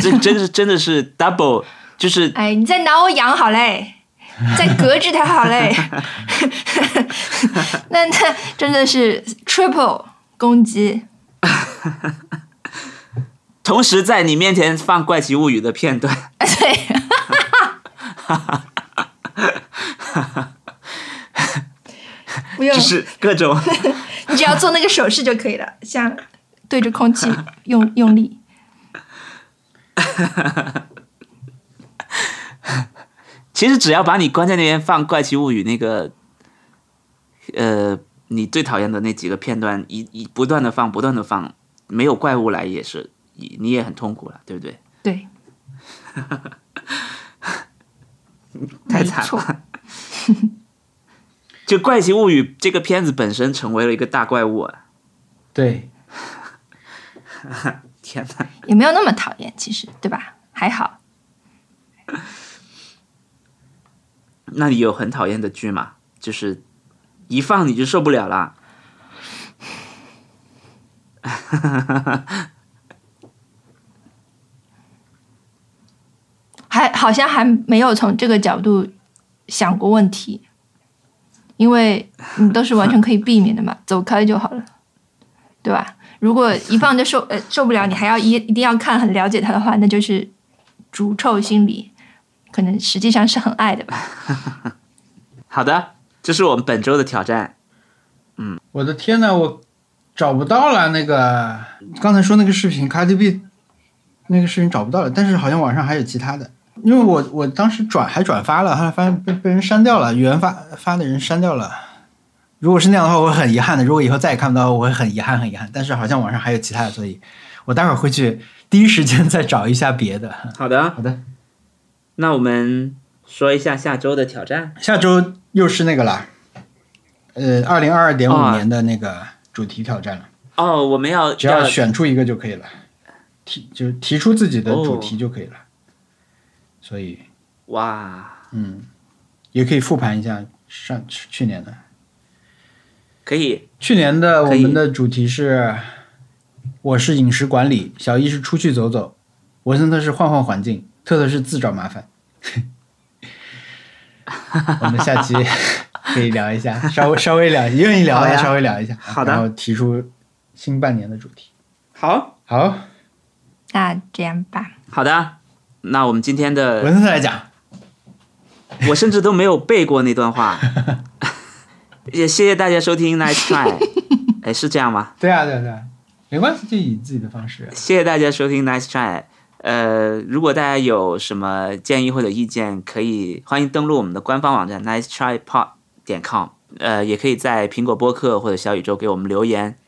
[SPEAKER 4] 这真是真的是 double，就是
[SPEAKER 3] 哎，你再挠我痒好嘞，再隔着他好嘞， 那那真的是 triple 攻击，
[SPEAKER 4] 同时在你面前放《怪奇物语》的片段。
[SPEAKER 3] 对，不用
[SPEAKER 4] 就，是各种
[SPEAKER 3] 你只要做那个手势就可以了，像对着空气用用力。
[SPEAKER 4] 其实只要把你关在那边放《怪奇物语》那个，呃，你最讨厌的那几个片段，一一不断的放，不断的放，没有怪物来也是，你你也很痛苦了，对不对？
[SPEAKER 3] 对，
[SPEAKER 4] 太
[SPEAKER 3] 没
[SPEAKER 4] 惨
[SPEAKER 3] 错
[SPEAKER 4] 了。就《怪奇物语》这个片子本身成为了一个大怪物啊！
[SPEAKER 1] 对，
[SPEAKER 4] 天哪，
[SPEAKER 3] 也没有那么讨厌，其实对吧？还好，
[SPEAKER 4] 那你有很讨厌的剧吗？就是一放你就受不了啦。
[SPEAKER 3] 还好像还没有从这个角度想过问题，因为你都是完全可以避免的嘛，走开就好了，对吧？如果一放就受呃受不了，你还要一一定要看很了解他的话，那就是逐臭心理，可能实际上是很爱的吧。
[SPEAKER 4] 好的，这是我们本周的挑战。
[SPEAKER 1] 我的天呐，我找不到了那个刚才说那个视频，Cardi B 那个视频找不到了，但是好像网上还有其他的，因为我我当时转还转发了，后来发现被被人删掉了，原发发的人删掉了。如果是那样的话，我会很遗憾的。如果以后再也看不到，我会很遗憾，很遗憾。但是好像网上还有其他的，所以我待会儿会去第一时间再找一下别的。
[SPEAKER 4] 好的，
[SPEAKER 1] 好的，
[SPEAKER 4] 那我们说一下下周的挑战。
[SPEAKER 1] 下周又是那个啦，呃，二零二二点五
[SPEAKER 4] 啊
[SPEAKER 1] 年的那个主题挑战了，
[SPEAKER 4] 哦，我们要
[SPEAKER 1] 只要选出一个就可以了，提就是提出自己的主
[SPEAKER 4] 哦
[SPEAKER 1] 题就可以了。所以，
[SPEAKER 4] 哇，
[SPEAKER 1] 嗯，也可以复盘一下上去去年的，
[SPEAKER 4] 可以
[SPEAKER 1] 去年的我
[SPEAKER 4] 可以
[SPEAKER 1] 们的主题是，我是饮食管理，小易是出去走走，文森特是换换环境，特特是自找麻烦。 我们下期可以聊一下，稍微稍微聊，愿意聊
[SPEAKER 4] 好
[SPEAKER 1] 的
[SPEAKER 4] 呀
[SPEAKER 1] 稍微聊一下，
[SPEAKER 4] 好的
[SPEAKER 1] 然后提出新半年的主题。
[SPEAKER 4] 好
[SPEAKER 1] 好，
[SPEAKER 3] 那这样吧，
[SPEAKER 4] 好的。那我们今天的，
[SPEAKER 1] 文森特来讲，
[SPEAKER 4] 我甚至都没有背过那段话。 也谢谢大家收听 Nice Try，哎，是这样吗？
[SPEAKER 1] 对啊对啊对啊，没关系，就以自己的方式。
[SPEAKER 4] 谢谢大家收听 Nice Try。呃，如果大家有什么建议或者意见，可以欢迎登录我们的官方网站 nice try pod 点 com。呃，也可以在苹果播客或者小宇宙给我们留言，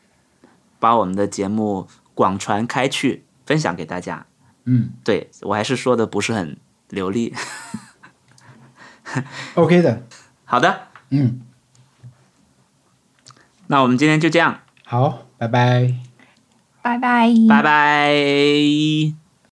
[SPEAKER 4] 把我们的节目广传开去，分享给大家。
[SPEAKER 1] 嗯
[SPEAKER 4] 对我还是说的不是很流利。
[SPEAKER 1] ，OK 的，
[SPEAKER 4] 好的，
[SPEAKER 1] 嗯，
[SPEAKER 4] 那我们今天就这样，
[SPEAKER 1] 好，拜拜。
[SPEAKER 3] 拜拜，
[SPEAKER 4] 拜拜。